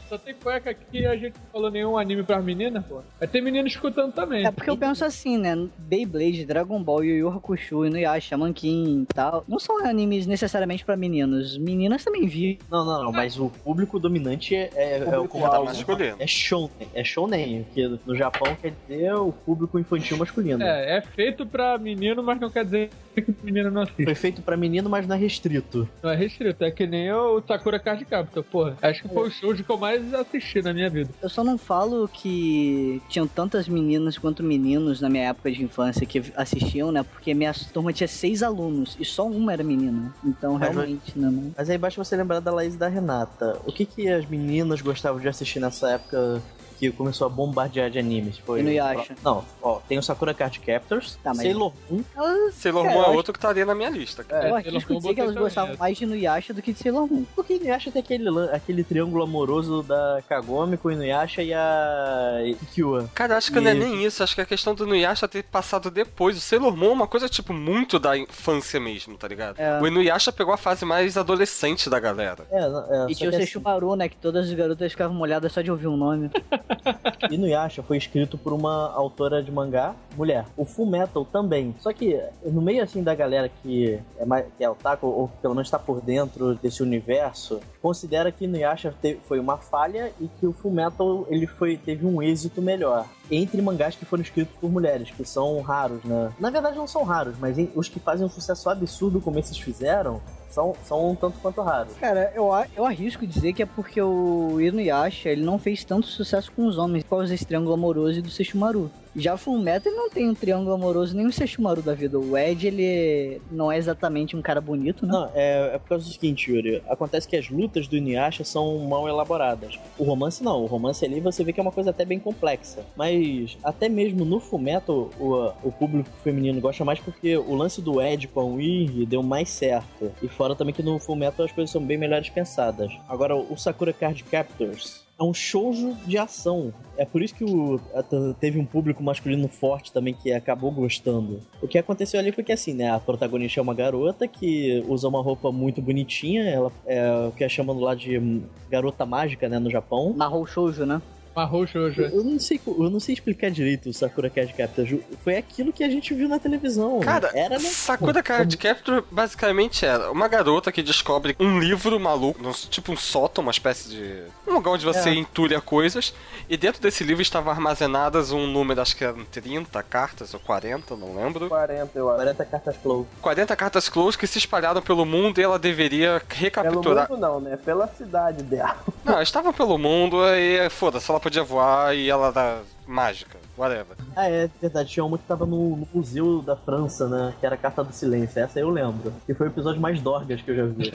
S1: Só tem cueca aqui e a gente não falou nenhum anime pra menina, pô. Vai ter menino escutando também.
S7: É porque eu penso assim, né? Beyblade, Dragon Ball, Yu Yu Hakusho, Inuyasha, Mankin e tal. Não são animes necessariamente pra meninos. Meninas também vi.
S4: Não, não, não, mas o público dominante é, é, é o
S2: Tá
S4: computador.
S2: mais escolhendo.
S4: É shonen, é shonen, que no Japão quer dizer o público infantil masculino.
S1: É, é feito pra menino, mas não quer dizer que menino não assiste.
S6: Foi feito pra menino, mas não é restrito.
S1: Não é restrito, é que nem o Sakura Card Captor, porra. Acho que
S6: É.
S1: foi o show que eu mais assisti na minha vida.
S7: Eu só não falo que tinham tantas meninas quanto meninos na minha época de infância que assistiam, né? Porque minha turma tinha seis alunos e só uma era menina. Então,
S6: Mas-
S7: realmente, né? Não...
S6: Mas aí basta você lembrar da Laís e da Renata. O que, que as meninas gostavam de assistir nessa época que começou a bombardear de animes? Foi
S7: Inuyasha.
S6: Não, ó, tem o Sakura Card Captors,
S7: Tá, mas-
S6: Sailor Moon,
S2: Sailor
S7: Cara,
S2: Moon
S7: eu
S2: é
S7: acho-
S2: outro que estaria na minha lista. cara.
S1: É,
S7: eu
S1: Sailor
S7: arrisco
S1: Moon
S7: dizer que elas
S1: botei
S7: gostavam
S1: também.
S7: mais de Inuyasha do que de Sailor Moon.
S6: Porque Inuyasha tem aquele, lan- aquele triângulo amoroso da Kagome com Inuyasha e a Kiwa.
S2: Cara, acho que não é
S6: E-
S2: nem isso. Acho que a questão do Inuyasha ter passado depois. O Sailor Moon é uma coisa, tipo, muito da infância mesmo, tá ligado?
S7: É.
S2: O Inuyasha pegou a fase mais adolescente da galera.
S6: É, não, é,
S7: E
S6: só
S7: tinha o
S6: que
S7: Seixu Baru, né? Que todas as garotas ficavam molhadas só de ouvir o nome.
S6: assim, Inuyasha foi escrito por uma autora de mangá mulher. O Full Metal também. Só que no meio assim da galera que é, mais, que é otaku, ou pelo menos tá por dentro desse universo, considera que Inuyasha te- foi uma falha e que o Full Metal ele foi, teve um êxito melhor. Entre mangás que foram escritos por mulheres, que são raros, né? Na verdade não são raros, mas em- os que fazem um sucesso absurdo como esses fizeram, são, são um tanto quanto raros.
S7: Cara, eu, a- eu arrisco dizer que é porque o Inuyasha ele não fez tanto sucesso com os homens por causa desse triângulo amoroso e do Seixumaru. Já Fullmetal ele não tem um triângulo amoroso nem um Seixumaru da vida. O Ed, ele não é exatamente um cara bonito, né?
S6: Não, é, é por causa do seguinte, Yuri. Acontece que as lutas do Inuyasha são mal elaboradas. O romance não. O romance ali você vê que é uma coisa até bem complexa. Mas até mesmo no Fullmetal, o, o público feminino gosta mais porque o lance do Ed com a Winry deu mais certo. E fora também que no Fullmetal as coisas são bem melhores pensadas. Agora, o Sakura Card Captors... É um shoujo de ação. É por isso que o, a- t- teve um público masculino forte também que acabou gostando. O que aconteceu ali foi que assim, né? A protagonista é uma garota que usa uma roupa muito bonitinha. Ela é o que é chamando lá de hum, garota mágica, né? No Japão.
S7: Marrou Shoujo, né?
S1: Marrou Shoujo.
S6: Eu não sei, co- eu não sei explicar direito o Sakura Card Captors. Foi aquilo que a gente viu na televisão.
S2: Cara,
S6: era né?
S2: Sakura Card Captor basicamente era uma garota que descobre um livro maluco, num- tipo um sótão, uma espécie de. um lugar onde você entulha coisas, e dentro desse livro estavam armazenadas um número, acho que eram 30 cartas ou 40, não lembro.
S3: 40, eu acho.
S6: 40 cartas close.
S2: 40 cartas close que se espalharam pelo mundo e ela deveria
S3: Pelo
S2: recapturar.
S3: mundo não, né? Pela cidade dela.
S2: Não, elas estavam pelo mundo, aí foda-se, ela podia voar e ela era mágica, whatever.
S6: Ah, é verdade. Tinha uma que tava no, no museu da França, né? Que era a Carta do Silêncio. Essa eu lembro. E foi o episódio mais dorgas que eu já vi.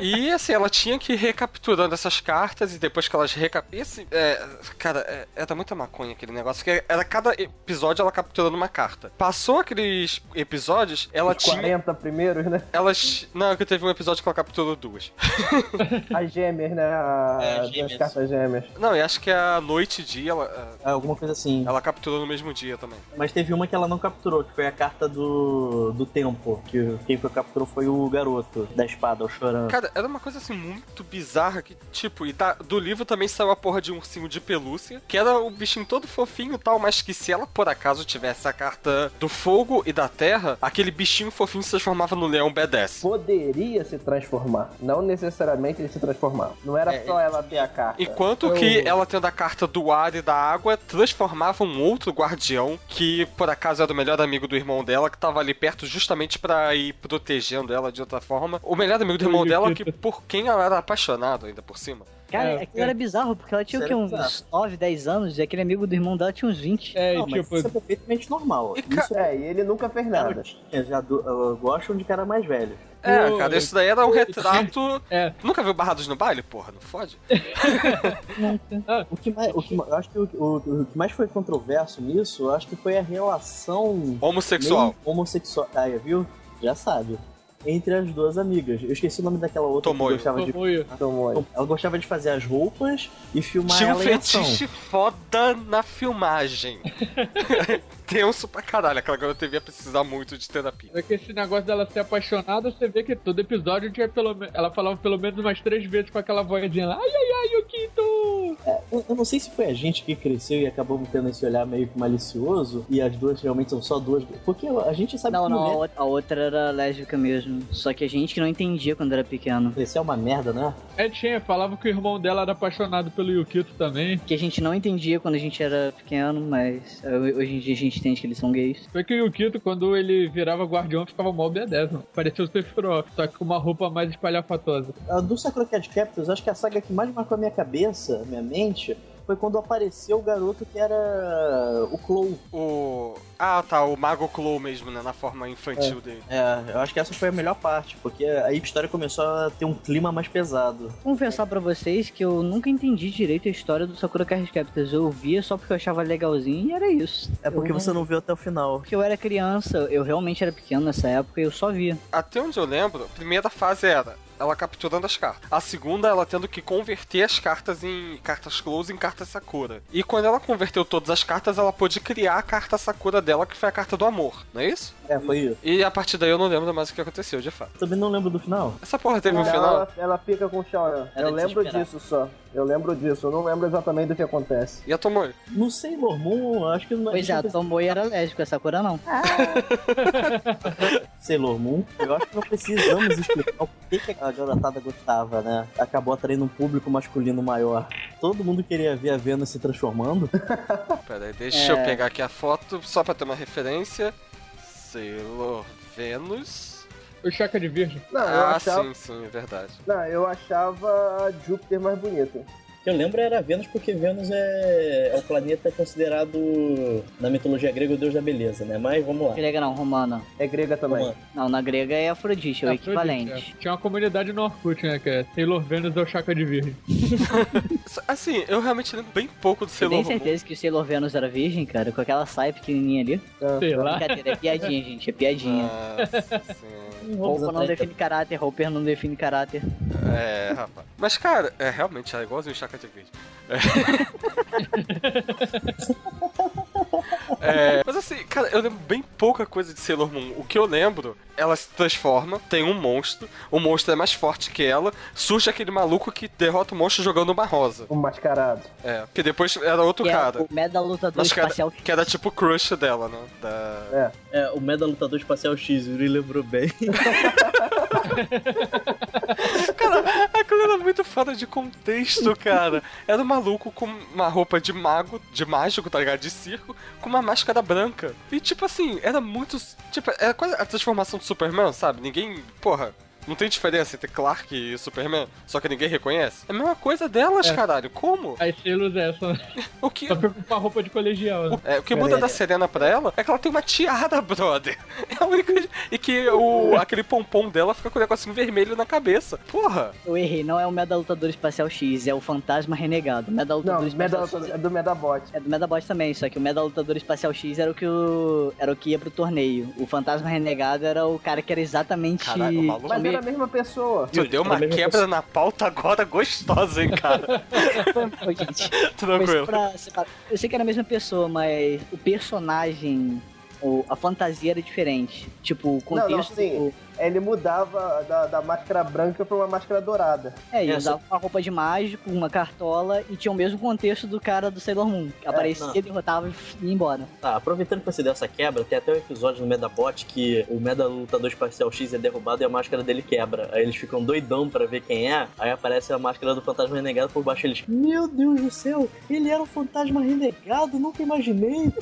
S2: E assim, ela tinha que ir recapturando essas cartas e depois que elas recap... Esse, é, cara, é, era muita maconha aquele negócio, que era cada episódio ela capturando uma carta. Passou aqueles episódios, ela
S3: Os
S2: tinha...
S3: 40 primeiros,
S6: [laughs]
S3: né?
S2: Elas... Não, que teve um episódio que ela capturou duas.
S3: As gêmeas, né? A...
S6: É,
S3: Duas
S6: gêmeas.
S3: cartas gêmeas.
S2: Não, e acho que a noite e dia ela,
S6: [laughs] É, alguma coisa assim.
S2: ela capturou no mesmo dia também.
S6: Mas teve uma que ela não capturou, que foi a carta do, do tempo. Que quem foi capturou foi o garoto da espada, o chorando.
S2: Cara, era uma coisa assim muito bizarra que, tipo, e tá, do livro também saiu a porra de um ursinho de pelúcia, que era o bichinho todo fofinho e tal, mas que se ela por acaso tivesse a carta do fogo e da terra, aquele bichinho fofinho se transformava no leão B10.
S3: Poderia se transformar. Não necessariamente ele se transformava. Não era
S2: É,
S3: só ela ter a carta.
S2: Enquanto
S3: Eu-
S2: que ela tendo a carta do ar e da água, transformava um outro guardião, que por acaso era o melhor amigo do irmão dela, que tava ali perto justamente pra ir protegendo ela de outra forma. O melhor amigo do irmão dela, que por quem ela era apaixonada ainda por cima.
S7: Cara,
S1: É,
S7: aquilo era bizarro, porque ela tinha o
S6: Isso
S7: quê?
S6: era
S7: Uns 9, 10 anos e aquele amigo do irmão dela tinha uns 20.
S1: É,
S6: não,
S1: e,
S6: mas
S1: tipo,
S6: isso é perfeitamente normal.
S2: E,
S6: isso
S3: É, e ele nunca fez nada.
S6: garotinhas já do- uh, gostam de cara mais velho.
S2: É,
S1: Pô,
S2: cara, isso daí era um retrato.
S1: [laughs] É.
S2: Nunca viu Barrados no baile? Porra, não fode?
S6: O que mais, o que, ma- eu acho que o, o- o que mais foi controverso nisso, eu acho que foi a relação
S2: Homossexual.
S6: meio homossexual. Ah, viu? Já sabe. Entre as duas amigas. Eu esqueci o nome daquela outra
S2: Tomoyo.
S6: que gostava de.
S1: Tomoyo.
S3: Tomou ele.
S6: Ela gostava de fazer as roupas e filmar
S2: Tinha um
S6: ela em ação.
S2: fetiche foda
S1: [laughs]
S2: na filmagem. Tenso pra caralho, aquela garota devia precisar muito de terapia.
S1: É que esse negócio dela ser apaixonada, você vê que todo episódio tinha pelo me- ela falava pelo menos umas três vezes com aquela vozinha lá, ai ai ai, Yukito!
S4: é, eu, eu não sei se foi a gente que cresceu e acabamos tendo esse olhar meio que malicioso, e as duas realmente são só duas. Porque a gente sabe
S7: Não,
S4: que
S7: não, a
S4: mulher...
S7: outra, a outra era lésbica mesmo. Só que a gente que não entendia quando era pequeno.
S4: Isso é uma merda, né?
S1: É, tinha, falava que o irmão dela era apaixonado pelo Yukito também.
S7: Que a gente não entendia quando a gente era pequeno, mas eh, hoje em dia a gente entende que eles são gays.
S1: Foi que o Yukito, quando ele virava guardião, ficava mal B10, mano. Parecia o Sephiroth, só que com uma roupa mais espalhafatosa.
S4: A do Sakura Card Captors, acho que a saga que mais marcou a minha cabeça, a minha mente, foi quando apareceu o garoto que era o Clow.
S2: O. Ah, tá, o Mago Clow mesmo, né? Na forma infantil dele.
S4: É, eu acho que essa foi a melhor parte, porque aí a história começou a ter um clima mais pesado.
S7: Confessar pra vocês que eu nunca entendi direito a história do Sakura Card Captors. Eu via só porque eu achava legalzinho e era isso.
S4: É porque
S7: Eu não-
S4: você não viu até o final.
S7: Porque eu era criança, eu realmente era pequeno nessa época e eu só via.
S2: Até onde eu lembro, a primeira fase era ela capturando as cartas. A segunda, ela tendo que converter as cartas em cartas close em cartas Sakura. E quando ela converteu todas as cartas, ela pôde criar a carta Sakura dela, que foi a carta do amor, não é isso?
S4: É, foi isso.
S2: E a partir daí eu não lembro mais o que aconteceu, de fato.
S4: Também não lembro do final.
S2: Essa porra teve um
S3: Não,
S2: final?
S3: Ela, ela fica com o Shaoran.
S7: Ela
S3: Eu lembro
S7: desesperada.
S3: disso só. Eu lembro disso. Eu não lembro exatamente do que acontece.
S2: E a Tomoe?
S4: No Sailor Moon, eu Ah. acho que não
S7: Pois é, a Tomboy era lésbica, a Sakura não.
S4: Sailor Moon, eu acho que não precisamos explicar o que que a garotada gostava, né? Acabou atraindo um público masculino maior. Todo mundo queria ver a Venus se transformando.
S3: Ah,
S2: Pera aí, deixa
S3: É.
S2: eu pegar aqui a foto, só pra ter uma referência. Sailor Venus.
S1: O Chaka de Virgem.
S3: Não, eu
S2: ah,
S3: achava.
S2: sim, sim, é verdade.
S3: Não, eu achava a Júpiter mais bonita.
S6: que eu lembro era Vênus, porque Vênus é, é o planeta considerado, na mitologia grega, o deus da beleza, né? Mas vamos lá.
S7: Grega não, romana.
S3: É grega também.
S6: Romana.
S7: Não, na grega é Afrodite,
S1: Tá,
S7: é o equivalente.
S1: Tinha uma comunidade no Orkut, né, que é Sailor Venus é o Chaka de Virgem.
S2: S- Assim, eu realmente lembro bem pouco do
S7: Eu
S2: Sailor
S7: tenho
S2: Moon.
S7: certeza que o Sailor Venus era virgem, cara, com aquela saia pequenininha ali.
S1: Sei lá.
S7: Brincadeira, é piadinha, gente, é piadinha.
S2: Ah, Nossa senhora.
S6: Não vamos
S7: Roupa não
S6: atrás,
S7: define caráter, roupa não define caráter.
S2: É, rapaz. Mas, cara, é realmente é igualzinho o Chaka de Verde. [laughs] É. É, mas assim, cara, eu lembro bem pouca coisa de Sailor Moon. O que eu lembro, ela se transforma, tem um monstro, o monstro é mais forte que ela, surge aquele maluco que derrota o monstro jogando uma rosa.
S3: O mascarado.
S2: É, que depois era outro
S7: Que é
S2: cara,
S7: o mega lutador
S2: Mas, cara,
S7: espacial.
S2: que era tipo o crush dela, né? Da...
S6: É, o Meda Lutador Espacial X, ele lembrou bem.
S2: Cara, aquilo era muito fora de contexto, cara. Era um maluco com uma roupa de mago, de mágico, tá ligado? De circo, com uma máscara branca. E tipo assim, era muito. Tipo, era quase a transformação do Superman, sabe? Ninguém. Porra. Não tem diferença entre Clark e Superman, só que ninguém reconhece. É a mesma coisa delas, caralho. Como?
S1: As Sailors é essa, né?
S2: O que,
S1: Só fica com uma roupa de colegial, né?
S2: é, o que muda da Serena pra ela é que ela tem uma tiara, [laughs] brother. É a única. E que o, aquele pompom dela fica com um negocinho vermelho na cabeça. Porra!
S7: Eu errei, não é o mega lutador espacial X, é o fantasma renegado. O mega
S3: Não,
S7: lutador espacial
S3: Medal-
S7: X
S3: é do Medabot.
S7: é do Medabot também, só que o mega lutador espacial X era o que o era o que ia pro torneio. O fantasma renegado era o cara que era exatamente
S2: Caralho, o maluco
S3: Mas era a mesma pessoa.
S2: Tu deu uma
S6: Também
S2: quebra
S6: você-
S2: na pauta agora gostosa, hein, [laughs] cara?
S7: Ô, gente. Mas
S2: Tranquilo.
S7: pra separar- Eu sei que era a mesma pessoa, mas o personagem, o, a fantasia era diferente. Tipo, o
S3: não,
S7: contexto.
S3: sim. Ele mudava da, da máscara branca pra uma máscara dourada.
S7: É, e
S6: É,
S7: usava uma roupa de mágico, uma cartola e tinha o mesmo contexto do cara do Sailor Moon.
S3: É,
S7: Que aparecia,
S6: não.
S7: derrotava e ia embora.
S6: Tá, aproveitando que você deu essa quebra, tem até um episódio no Medabot que o Meda Lutador Espacial X é derrubado e a máscara dele quebra. Aí eles ficam doidão pra ver quem é, aí aparece a máscara do fantasma renegado por baixo eles. Meu Deus do céu, ele era um fantasma renegado, nunca imaginei.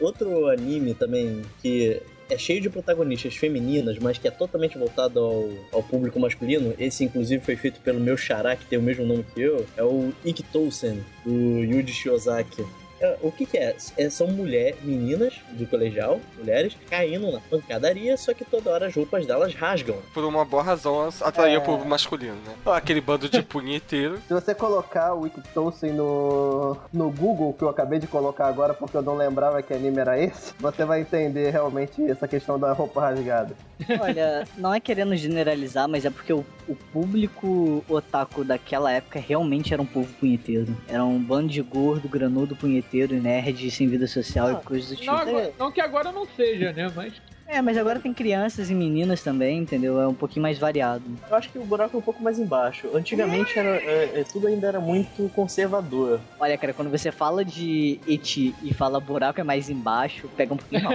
S6: Outro anime também que. É cheio de protagonistas femininas, mas que é totalmente voltado ao, ao público masculino. Esse, inclusive, foi feito pelo meu xará, que tem o mesmo nome que eu. É o Ikitosen, do Yuji Shiozaki. É, O que, que é? É, São mulher, meninas do colegial, mulheres, caindo na pancadaria, só que toda hora as roupas delas rasgam.
S2: Por uma boa razão, as- atraía o público masculino, né? Ó, Aquele bando de punheteiro.
S3: Se você colocar o Wikitosen no, no Google, que eu acabei de colocar agora porque eu não lembrava que anime era esse, [laughs] você vai entender realmente essa questão da roupa rasgada.
S7: Olha, não é querendo generalizar, mas é porque o, o público otaku daquela época realmente era um povo punheteiro. Era um bando de gordo, granudo, punheteiro, nerd, sem vida social e coisas do tipo.
S1: Não, agora- não que agora não seja, né? Mas
S7: É, mas agora tem crianças e meninas também, entendeu? É um pouquinho mais variado.
S6: Eu acho que o buraco é um pouco mais embaixo. Antigamente era, é, é, tudo ainda era muito conservador.
S7: Olha, cara, quando você fala de Eti e fala buraco é mais embaixo, pega um pouquinho [laughs] mal.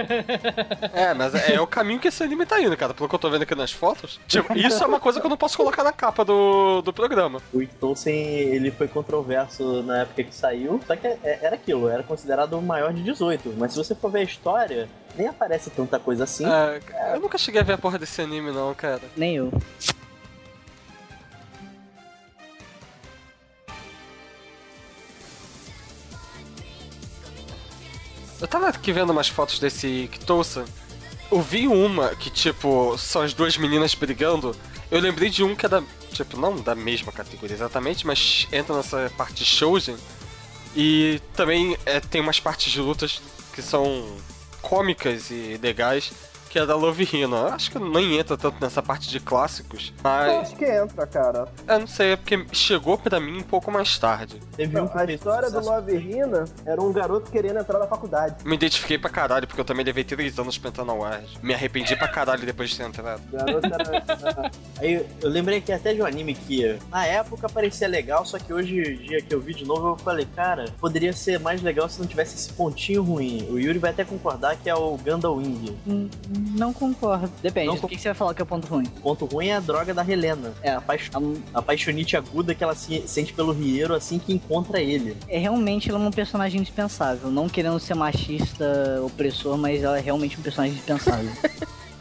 S2: É, mas é o caminho que esse anime tá indo, cara. Pelo que eu tô vendo aqui nas fotos. [laughs] Tipo, isso é uma coisa que eu não posso colocar na capa do, do programa.
S6: O Itolsen, ele foi controverso na época que saiu. Só que é- era aquilo, era considerado o maior de 18. Mas se você for ver a história, nem aparece tanta coisa assim.
S2: É, eu nunca cheguei a ver a porra desse anime, não, cara.
S7: Nem eu.
S2: Eu tava aqui vendo umas fotos desse Kitousa. Eu vi uma que, tipo, são as duas meninas brigando. Eu lembrei de um que é da. Tipo, não da mesma categoria exatamente, mas entra nessa parte de Shoujo. E também é, tem umas partes de lutas que são cômicas e legais, que é da Love Hina. Eu Acho que nem entra tanto nessa parte de clássicos,
S3: Eu
S2: mas.
S3: acho que entra, cara.
S2: Eu não sei, é porque chegou pra mim um pouco mais tarde.
S6: Teve
S3: Não,
S6: um que
S3: a
S6: fez
S3: história do
S6: sucesso.
S3: Love Hina era um garoto querendo entrar na faculdade.
S2: Me identifiquei pra caralho, porque eu também levei 3 anos tentando a Ward. Me arrependi pra caralho depois de ter entrado.
S3: O
S2: [laughs]
S3: garoto era.
S6: Aí eu lembrei que até de um anime que na época parecia legal, só que hoje em dia que eu vi de novo, eu falei, cara, poderia ser mais legal se não tivesse esse pontinho ruim. O Yuri vai até concordar que é o Gundawing.
S7: Hum, Não concordo. Depende.
S6: Não
S7: do que, que você vai falar que é o ponto ruim?
S6: O ponto ruim é a droga da Helena.
S7: É.
S6: A, paix- a paixonite aguda que ela se- sente pelo Riero assim que encontra ele.
S7: É realmente ela é um personagem dispensável. Não querendo ser machista, opressor, mas ela é realmente um personagem dispensável.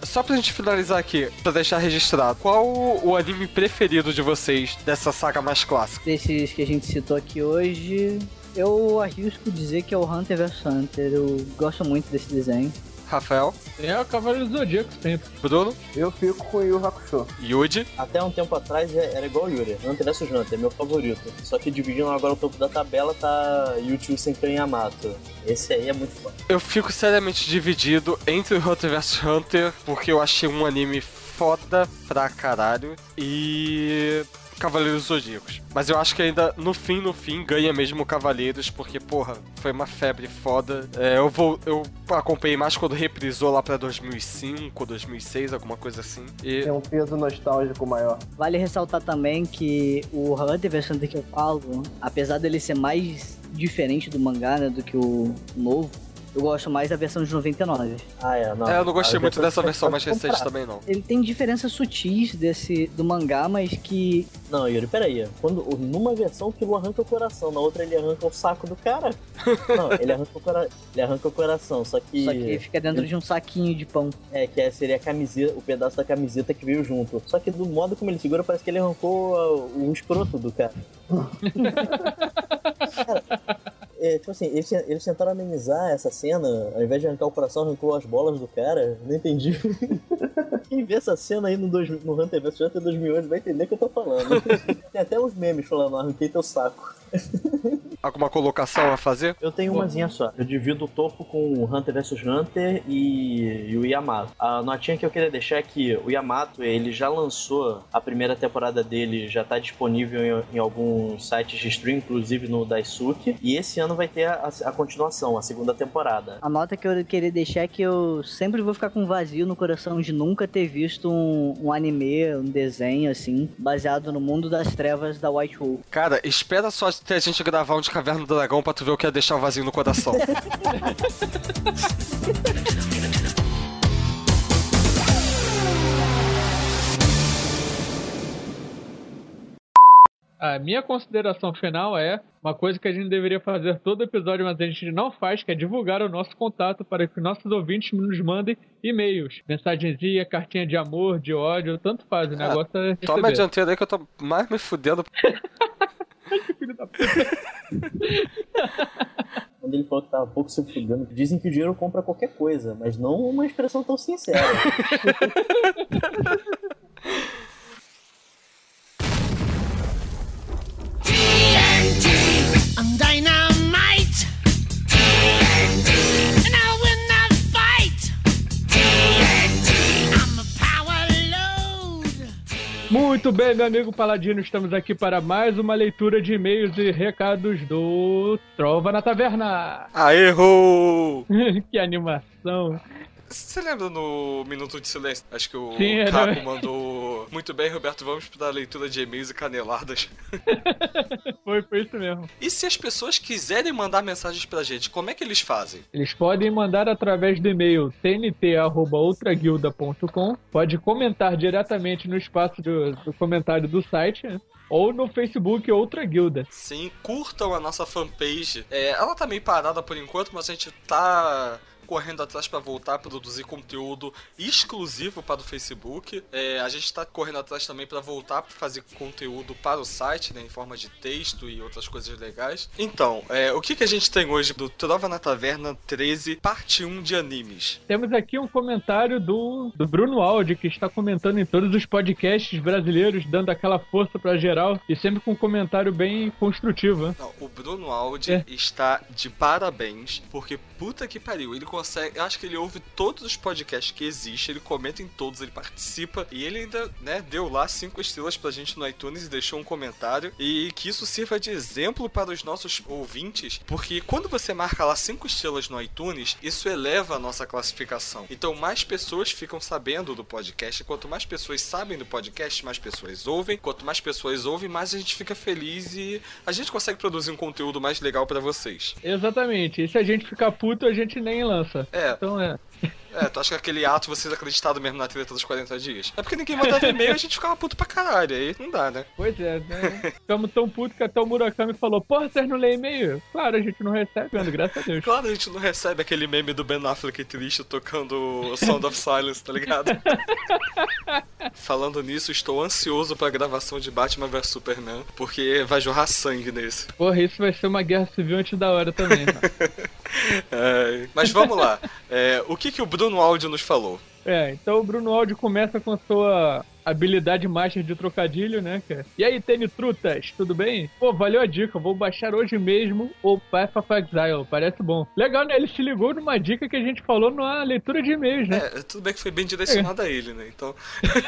S2: Só pra gente finalizar aqui, pra deixar registrado, qual o anime preferido de vocês dessa saga mais clássica?
S7: Desses que a gente citou aqui hoje, eu arrisco dizer que é o Hunter vs Hunter. Eu gosto muito desse desenho.
S2: Rafael,
S1: É o Cavaleiro do Zodíaco sempre.
S2: Bruno,
S3: Eu fico com o Yu Hakusho.
S2: Yuji,
S6: Até um tempo atrás é- era igual o Yuri. Hunter vs Hunter, é meu favorito. Só que dividindo agora o topo da tabela tá Yuchu Senkan Yamato. Esse aí é muito foda.
S2: eu fico seriamente dividido entre o Hunter vs Hunter, porque eu achei um anime foda pra caralho, e. Cavaleiros Zodíacos. Mas eu acho que ainda, no fim, no fim, ganha mesmo Cavaleiros, porque, porra, foi uma febre foda. É, eu vou. Eu acompanhei mais quando reprisou lá pra 2005, 2006, alguma coisa assim. E.
S3: Tem um peso nostálgico maior.
S7: Vale ressaltar também que o Hunter vs Hunter que eu falo, apesar dele ser mais diferente do mangá, né, do que o novo, eu gosto mais da versão de 99.
S6: Ah, é, não.
S2: É, eu não gostei
S6: Ah,
S2: muito
S6: depois
S2: dessa
S6: você
S2: versão
S6: pode
S2: mais recente
S6: comprar.
S2: também, não.
S7: Ele tem diferenças sutis desse do mangá, mas que
S6: Não, Yuri, peraí. Quando, numa versão o Kilo arranca o coração, na outra ele arranca o saco
S7: [laughs]
S6: do cara. Não, ele arranca o, cora... ele arranca o coração, só que.
S7: só que fica dentro de um saquinho de pão.
S6: É, que é- seria a camiseta, o pedaço da camiseta que veio junto. Só que do modo como ele segura, parece que ele arrancou ah, o escroto do cara. Cara, é, tipo assim, eles, eles tentaram amenizar essa cena, ao invés de arrancar o coração, arrancou as bolas do cara. Não entendi. Quem vê essa cena aí no, dois, no Hunter vs Hunter 2011 vai entender o que eu tô falando. Tem até uns memes falando, "Ah, arranquei teu saco.
S2: Alguma colocação a fazer?
S6: Eu tenho umazinha só. Eu divido o topo com o Hunter vs Hunter e, e o Yamato. A notinha que eu queria deixar é que o Yamato, ele já lançou a primeira temporada dele, já tá disponível em, em alguns sites de stream, inclusive no Daisuke. E esse ano vai ter a, a continuação, a segunda temporada.
S7: A nota que eu queria deixar é que eu sempre vou ficar com um vazio no coração de nunca ter visto um, um anime, um desenho assim, baseado no mundo das trevas da White Wolf.
S2: Cara, espera só até a gente gravar um de Caverna do Dragão pra tu ver o que é deixar vazio no coração.
S1: A minha consideração final é uma coisa que a gente deveria fazer todo episódio, mas a gente não faz, que é divulgar o nosso contato para que nossos ouvintes nos mandem e-mails. Mensagenzinha, cartinha de amor, de ódio, tanto faz. O
S2: Ah,
S1: negócio é
S2: Toma a
S1: receber.
S2: dianteira aí que eu tô mais me fudendo.
S1: Filho da p-
S6: Quando ele falou que tava pouco se fudendo, dizem que o dinheiro compra qualquer coisa, mas não uma expressão tão sincera.
S9: TNT. I'm dynamite. TNT. And I win the fight. TNT. I'm a power load.
S1: Muito bem, meu amigo Paladino, estamos aqui para mais uma leitura de e-mails e recados do Trova na Taverna. [laughs]
S2: Aê, errou!
S1: que animação.
S2: Você lembra no Minuto de Silêncio? Acho que o
S1: Sim, era-
S2: Caco mandou. Muito bem, Roberto, vamos para a leitura de e-mails e caneladas.
S1: Foi, foi isso mesmo.
S2: E se as pessoas quiserem mandar mensagens pra gente, como é que eles fazem?
S1: Eles podem mandar através do e-mail tnt.outraguilda.com. Pode comentar diretamente no espaço do, do comentário do site. né? Ou no Facebook Outra Guilda.
S2: Sim, curtam a nossa fanpage. É, ela tá meio parada por enquanto, mas a gente tá correndo atrás pra voltar a produzir conteúdo exclusivo para o Facebook. É, a gente tá correndo atrás também pra voltar pra fazer conteúdo para o site, né, em forma de texto e outras coisas legais. Então, é, o que, que a gente tem hoje do Trova na Taverna 13, parte 1 de animes?
S1: Temos aqui um comentário do, do Bruno Aldi, que está comentando em todos os podcasts brasileiros, dando aquela força pra geral e sempre com um comentário bem construtivo. né?
S2: Não, o Bruno Aldi
S1: É.
S2: está de parabéns, porque puta que pariu, ele consegue. Eu acho que ele ouve todos os podcasts que existem, ele comenta em todos, ele participa, e ele ainda, né, deu lá cinco estrelas pra gente no iTunes e deixou um comentário. E que isso sirva de exemplo para os nossos ouvintes, porque quando você marca lá cinco estrelas no iTunes, isso eleva a nossa classificação. Então mais pessoas ficam sabendo do podcast. Quanto mais pessoas sabem do podcast, mais pessoas ouvem. Quanto mais pessoas ouvem, mais a gente fica feliz e a gente consegue produzir um conteúdo mais legal pra vocês.
S1: Exatamente. E se a gente ficar puto, a gente nem lança.
S2: É,
S1: Então é.
S2: é, tu acha que aquele ato vocês acreditaram mesmo na treta dos 40 dias? É porque ninguém mandava e-mail e a gente ficava puto pra caralho, aí não dá, né?
S1: Pois é, [laughs] né? Ficamos tão putos que até o Murakami falou: Porra, vocês não lêem e-mail? Claro, a gente não recebe, mano, graças a Deus.
S2: Claro, a gente não recebe aquele meme do Ben Affleck triste tocando Sound of Silence, tá ligado? Falando nisso, estou ansioso pra gravação de Batman vs Superman, porque vai jorrar sangue nesse.
S1: Porra, isso vai ser uma guerra civil antes da hora também. né? mano.
S2: Ai. Mas vamos lá. É, o que, que o Bruno Aldi nos falou?
S1: [laughs] é, então o Bruno Aldi começa com a sua habilidade master de trocadilho, né, cara? E aí, Tênis Trutas, tudo bem? Pô, valeu a dica, vou baixar hoje mesmo o Path of Exile, parece bom. Legal, né? Ele se ligou numa dica que a gente falou na leitura de e-mails, né?
S2: É, tudo bem que foi bem direcionado a ele, né? Então,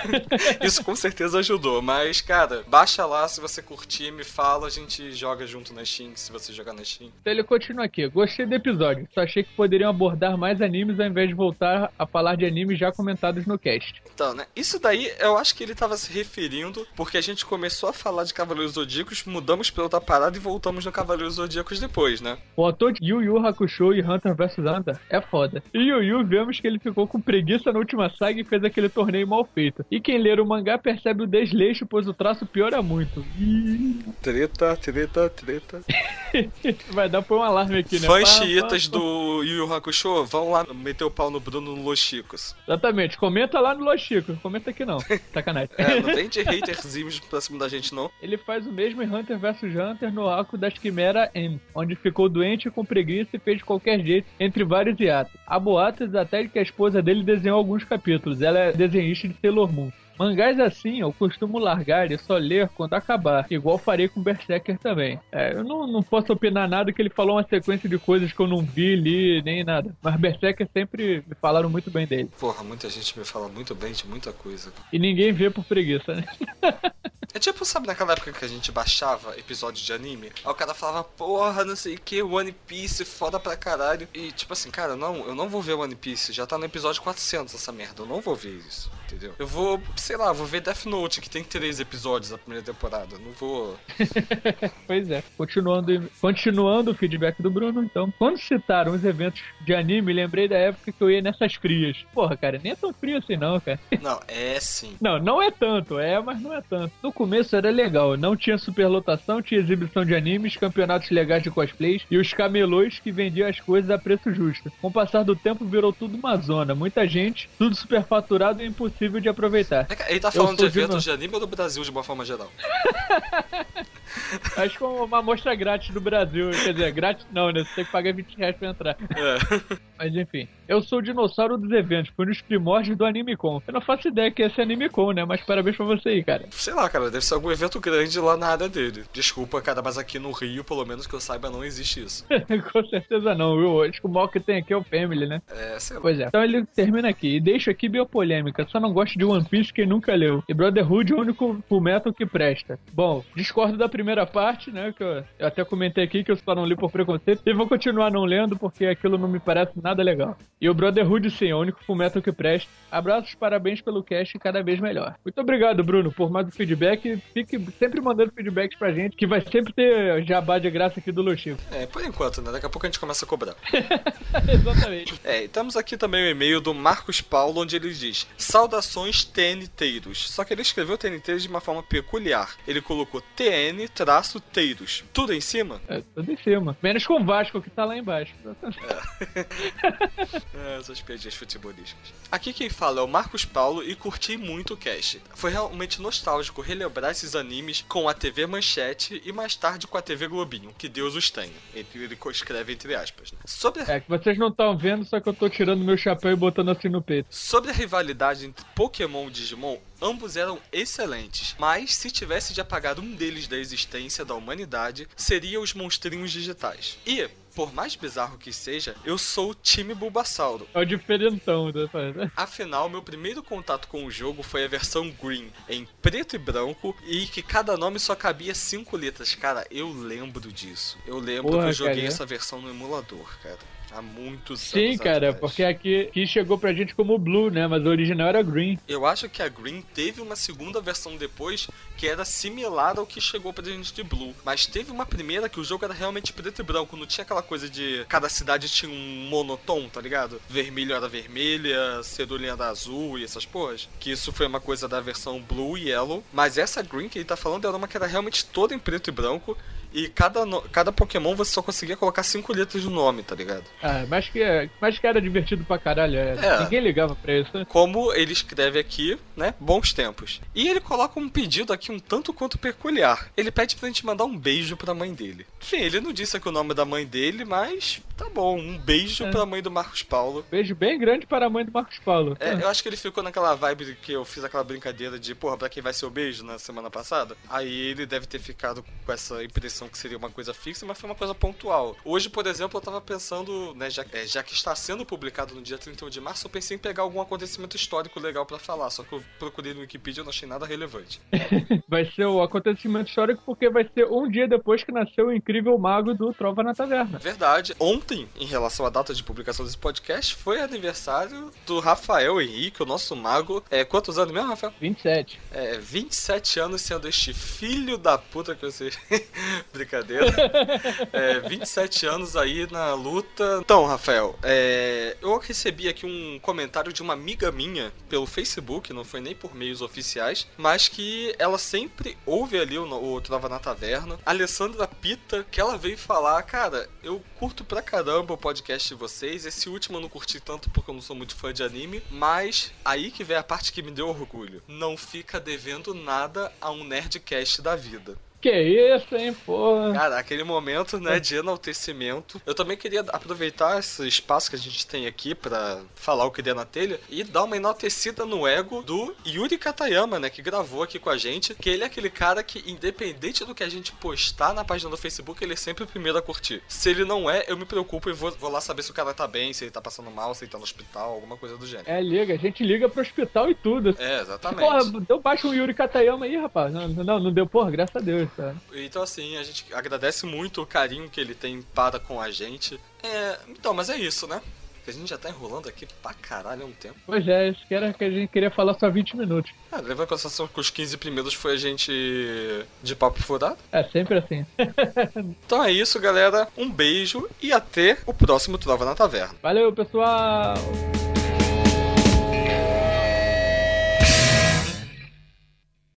S2: [laughs] isso com certeza ajudou. Mas, cara, baixa lá se você curtir, me fala, a gente joga junto na Steam, se você jogar na Steam.
S1: Então ele continua aqui. Gostei do episódio, só achei que poderiam abordar mais animes ao invés de voltar a falar de animes já comentados no cast.
S2: Então, né? Isso daí eu acho que ele tava se referindo porque a gente começou a falar de Cavaleiros Zodíacos, mudamos pra outra parada e voltamos no Cavaleiros Zodíacos depois, né?
S1: O autor de Yu Yu Hakusho e Hunter vs Hunter é foda. E Yu Yu vemos que ele ficou com preguiça na última saga e fez aquele torneio mal feito. E quem ler o mangá percebe o desleixo, pois o traço piora muito. Ih,
S2: Treta, treta, treta.
S1: Vai dar pra um alarme aqui, né?
S2: Fãs
S1: Pá, pá,
S2: chiitas
S1: pá.
S2: do Yu Yu Hakusho, vão lá meter o pau no Bruno no Los Chicos.
S1: Exatamente. Comenta lá no Los Chicos. Comenta aqui
S2: [laughs]
S1: não. Sacanagem.
S2: É, não vem de haterzinhos pra cima da gente, não.
S1: Ele faz o mesmo em Hunter vs Hunter no arco das Quimera M, onde ficou doente com preguiça e fez de qualquer jeito entre vários hiatos. Há boatos até de que a esposa dele desenhou alguns capítulos, ela é desenhista de Sailor Moon. Mangás assim eu costumo largar e só ler quando acabar, igual farei com Berserker também. É, eu não, não posso opinar nada que ele falou uma sequência de coisas que eu não vi, li, nem nada. Mas Berserker sempre me falaram muito bem dele.
S2: Porra, muita gente me fala muito bem de muita coisa.
S1: E ninguém vê por preguiça, né?
S2: É tipo, sabe naquela época que a gente baixava episódio de anime? Aí o cara falava, porra, não sei o que, One Piece, foda pra caralho. E tipo assim, cara, não, eu não vou ver One Piece, já tá no episódio 400 essa merda, eu não vou ver isso, entendeu? Eu vou, sei lá, vou ver Death Note, que tem três episódios da primeira temporada, eu não vou...
S1: Pois é. Continuando, continuando o feedback do Bruno, então. Quando citaram os eventos de anime, lembrei da época que eu ia nessas frias. Porra, cara, nem é tão frio assim não, cara.
S2: Não, é sim.
S1: Não, não é tanto, é, mas não é tanto. No começo era legal, não tinha superlotação, tinha exibição de animes, campeonatos legais de cosplays e os camelôs que vendiam as coisas a preço justo. Com o passar do tempo virou tudo uma zona, muita gente, tudo superfaturado e impossível de aproveitar.
S2: É que Ele tá
S1: Eu
S2: falando de
S1: sou de
S2: eventos
S1: novo.
S2: de anime ou do Brasil de uma forma geral?
S1: Acho que é uma amostra grátis do Brasil, quer dizer, grátis não, né? Você tem que pagar 20 reais pra entrar.
S2: É.
S1: [laughs] Mas enfim, eu sou o dinossauro dos eventos, fui nos primórdios do AnimeCon. Eu não faço ideia que esse é AnimeCon, né? Mas parabéns pra você aí, cara. [laughs]
S2: Sei lá, cara, deve ser algum evento grande lá na área dele. Desculpa, cara, mas aqui no Rio, pelo menos que eu saiba, não existe isso.
S1: Com certeza não, viu? Acho que o maior que tem aqui é o Family, né?
S2: É, sei lá.
S1: Pois é. Então ele termina aqui. E deixo aqui biopolêmica. Só não não gosta de One Piece quem nunca leu. E Brotherhood é o único fullmetal que presta. Bom, discordo da primeira parte, né? Que eu, eu até comentei aqui que eu só não li por preconceito. E vou continuar não lendo porque aquilo não me parece nada legal. E o Brotherhood, sim, é o único fullmetal que presta. Abraços, parabéns pelo cast cada vez melhor. Muito obrigado, Bruno, por mais o feedback. Fique sempre mandando feedbacks pra gente, que vai sempre ter jabá de graça aqui do Luxo.
S2: É, por enquanto, né? Daqui a pouco a gente começa a cobrar.
S1: [laughs] Exatamente.
S2: É, e temos aqui também o e-mail do Marcos Paulo, onde ele diz: Saudações TNTeiros. Só que ele escreveu TNTeiros de uma forma peculiar. Ele colocou TN-teiros. Tudo em cima?
S1: É, tudo em cima. Menos com o Vasco, que tá lá embaixo.
S2: É, essas piadinhas futebolísticas. Aqui quem fala é o Marcos Paulo e curti muito o cast. Foi realmente nostálgico relembrar esses animes com a TV Manchete e mais tarde com a TV Globinho. Que Deus os tenha. Ele, ele escreve entre aspas. né? Sobre a
S1: É que vocês não estão vendo, só que eu tô tirando meu chapéu e botando assim no peito.
S2: Sobre a rivalidade entre Pokémon e Digimon, ambos eram excelentes, mas se tivesse de apagar um deles da existência da humanidade, seria os monstrinhos digitais. E, por mais bizarro que seja, eu sou o time Bulbasauro.
S1: É o diferentão, né?
S2: Afinal, meu primeiro contato com o jogo foi a versão Green, em preto e branco, e que cada nome só cabia cinco letras. Cara, eu lembro disso. Eu lembro
S1: Porra,
S2: que eu joguei
S1: cara.
S2: essa versão no emulador, cara. Há muitos anos
S1: Sim, cara,
S2: atrás.
S1: porque aqui, aqui chegou pra gente como Blue, né? Mas o original era Green.
S2: Eu acho que a Green teve uma segunda versão depois que era similar ao que chegou pra gente de Blue. Mas teve uma primeira que o jogo era realmente preto e branco, não tinha aquela coisa de cada cidade tinha um monotom, tá ligado? Vermelho era vermelha, cerulinha era azul e essas porras. Que isso foi uma coisa da versão Blue e Yellow. Mas essa Green que ele tá falando era uma que era realmente toda em preto e branco. E cada, no- cada Pokémon você só conseguia colocar cinco letras no nome, tá ligado?
S1: Ah, mas que, mas que era divertido pra caralho. é.
S2: É.
S1: Ninguém ligava pra isso. né?
S2: Como ele escreve aqui, né? Bons tempos. E ele coloca um pedido aqui um tanto quanto peculiar. Ele pede pra gente mandar um beijo pra mãe dele. Enfim, ele não disse aqui o nome da mãe dele, mas tá bom. Um beijo
S1: É.
S2: pra mãe do Marcos Paulo.
S1: Beijo bem grande para a mãe do Marcos Paulo.
S2: É, eu acho que ele ficou naquela vibe de que eu fiz aquela brincadeira de, porra, pra quem vai ser o beijo na semana passada? Aí ele deve ter ficado com essa impressão que seria uma coisa fixa, mas foi uma coisa pontual. Hoje, por exemplo, eu tava pensando, né, já, é, já que está sendo publicado no dia 31 de março, eu pensei em pegar algum acontecimento histórico legal pra falar, só que eu procurei no Wikipedia e não achei nada relevante.
S1: Vai ser o acontecimento histórico porque vai ser um dia depois que nasceu o incrível mago do Trova na Taverna.
S2: Verdade, ontem, em relação à data de publicação desse podcast, foi aniversário do Rafael Henrique, o nosso mago. É, quantos anos mesmo, Rafael?
S1: 27.
S2: É, 27 anos sendo este filho da puta que você. [laughs] Brincadeira. É, 27 anos aí na luta. Então, Rafael, é, eu recebi aqui um comentário de uma amiga minha pelo Facebook, não foi nem por meios oficiais, mas que ela sempre ouve ali o, no- o Trova na Taverna. Alessandra Pita, que ela veio falar, cara, eu curto pra caramba o podcast de vocês. Esse último eu não curti tanto porque eu não sou muito fã de anime, mas aí que vem a parte que me deu orgulho. Não fica devendo nada a um Nerdcast da vida.
S1: Que isso, hein, porra.
S2: Cara, aquele momento, né, de enaltecimento. Eu também queria aproveitar esse espaço que a gente tem aqui pra falar o que der na telha e dar uma enaltecida no ego do Yuri Katayama, né, que gravou aqui com a gente, que ele é aquele cara que, independente do que a gente postar na página do Facebook, ele é sempre o primeiro a curtir. Se ele não é, eu me preocupo e vou, vou lá saber se o cara tá bem, se ele tá passando mal, se ele tá no hospital, alguma coisa do gênero.
S1: É, liga. A gente liga pro hospital e tudo.
S2: É, exatamente.
S1: Porra, deu baixo um Yuri Katayama aí, rapaz. Não, não, não deu, porra, graças a Deus, tá? cara.
S2: Então, assim, a gente agradece muito o carinho que ele tem para com a gente. É, então, mas é isso, né? Porque a gente já tá enrolando aqui pra caralho há um tempo.
S1: Pois é, isso que era que a gente queria falar só 20 minutos.
S2: Ah, leva em consideração que os 15 primeiros foi a gente de papo furado.
S1: É sempre assim.
S2: Então é isso, galera. Um beijo e até o próximo Trova na Taverna.
S1: Valeu, pessoal!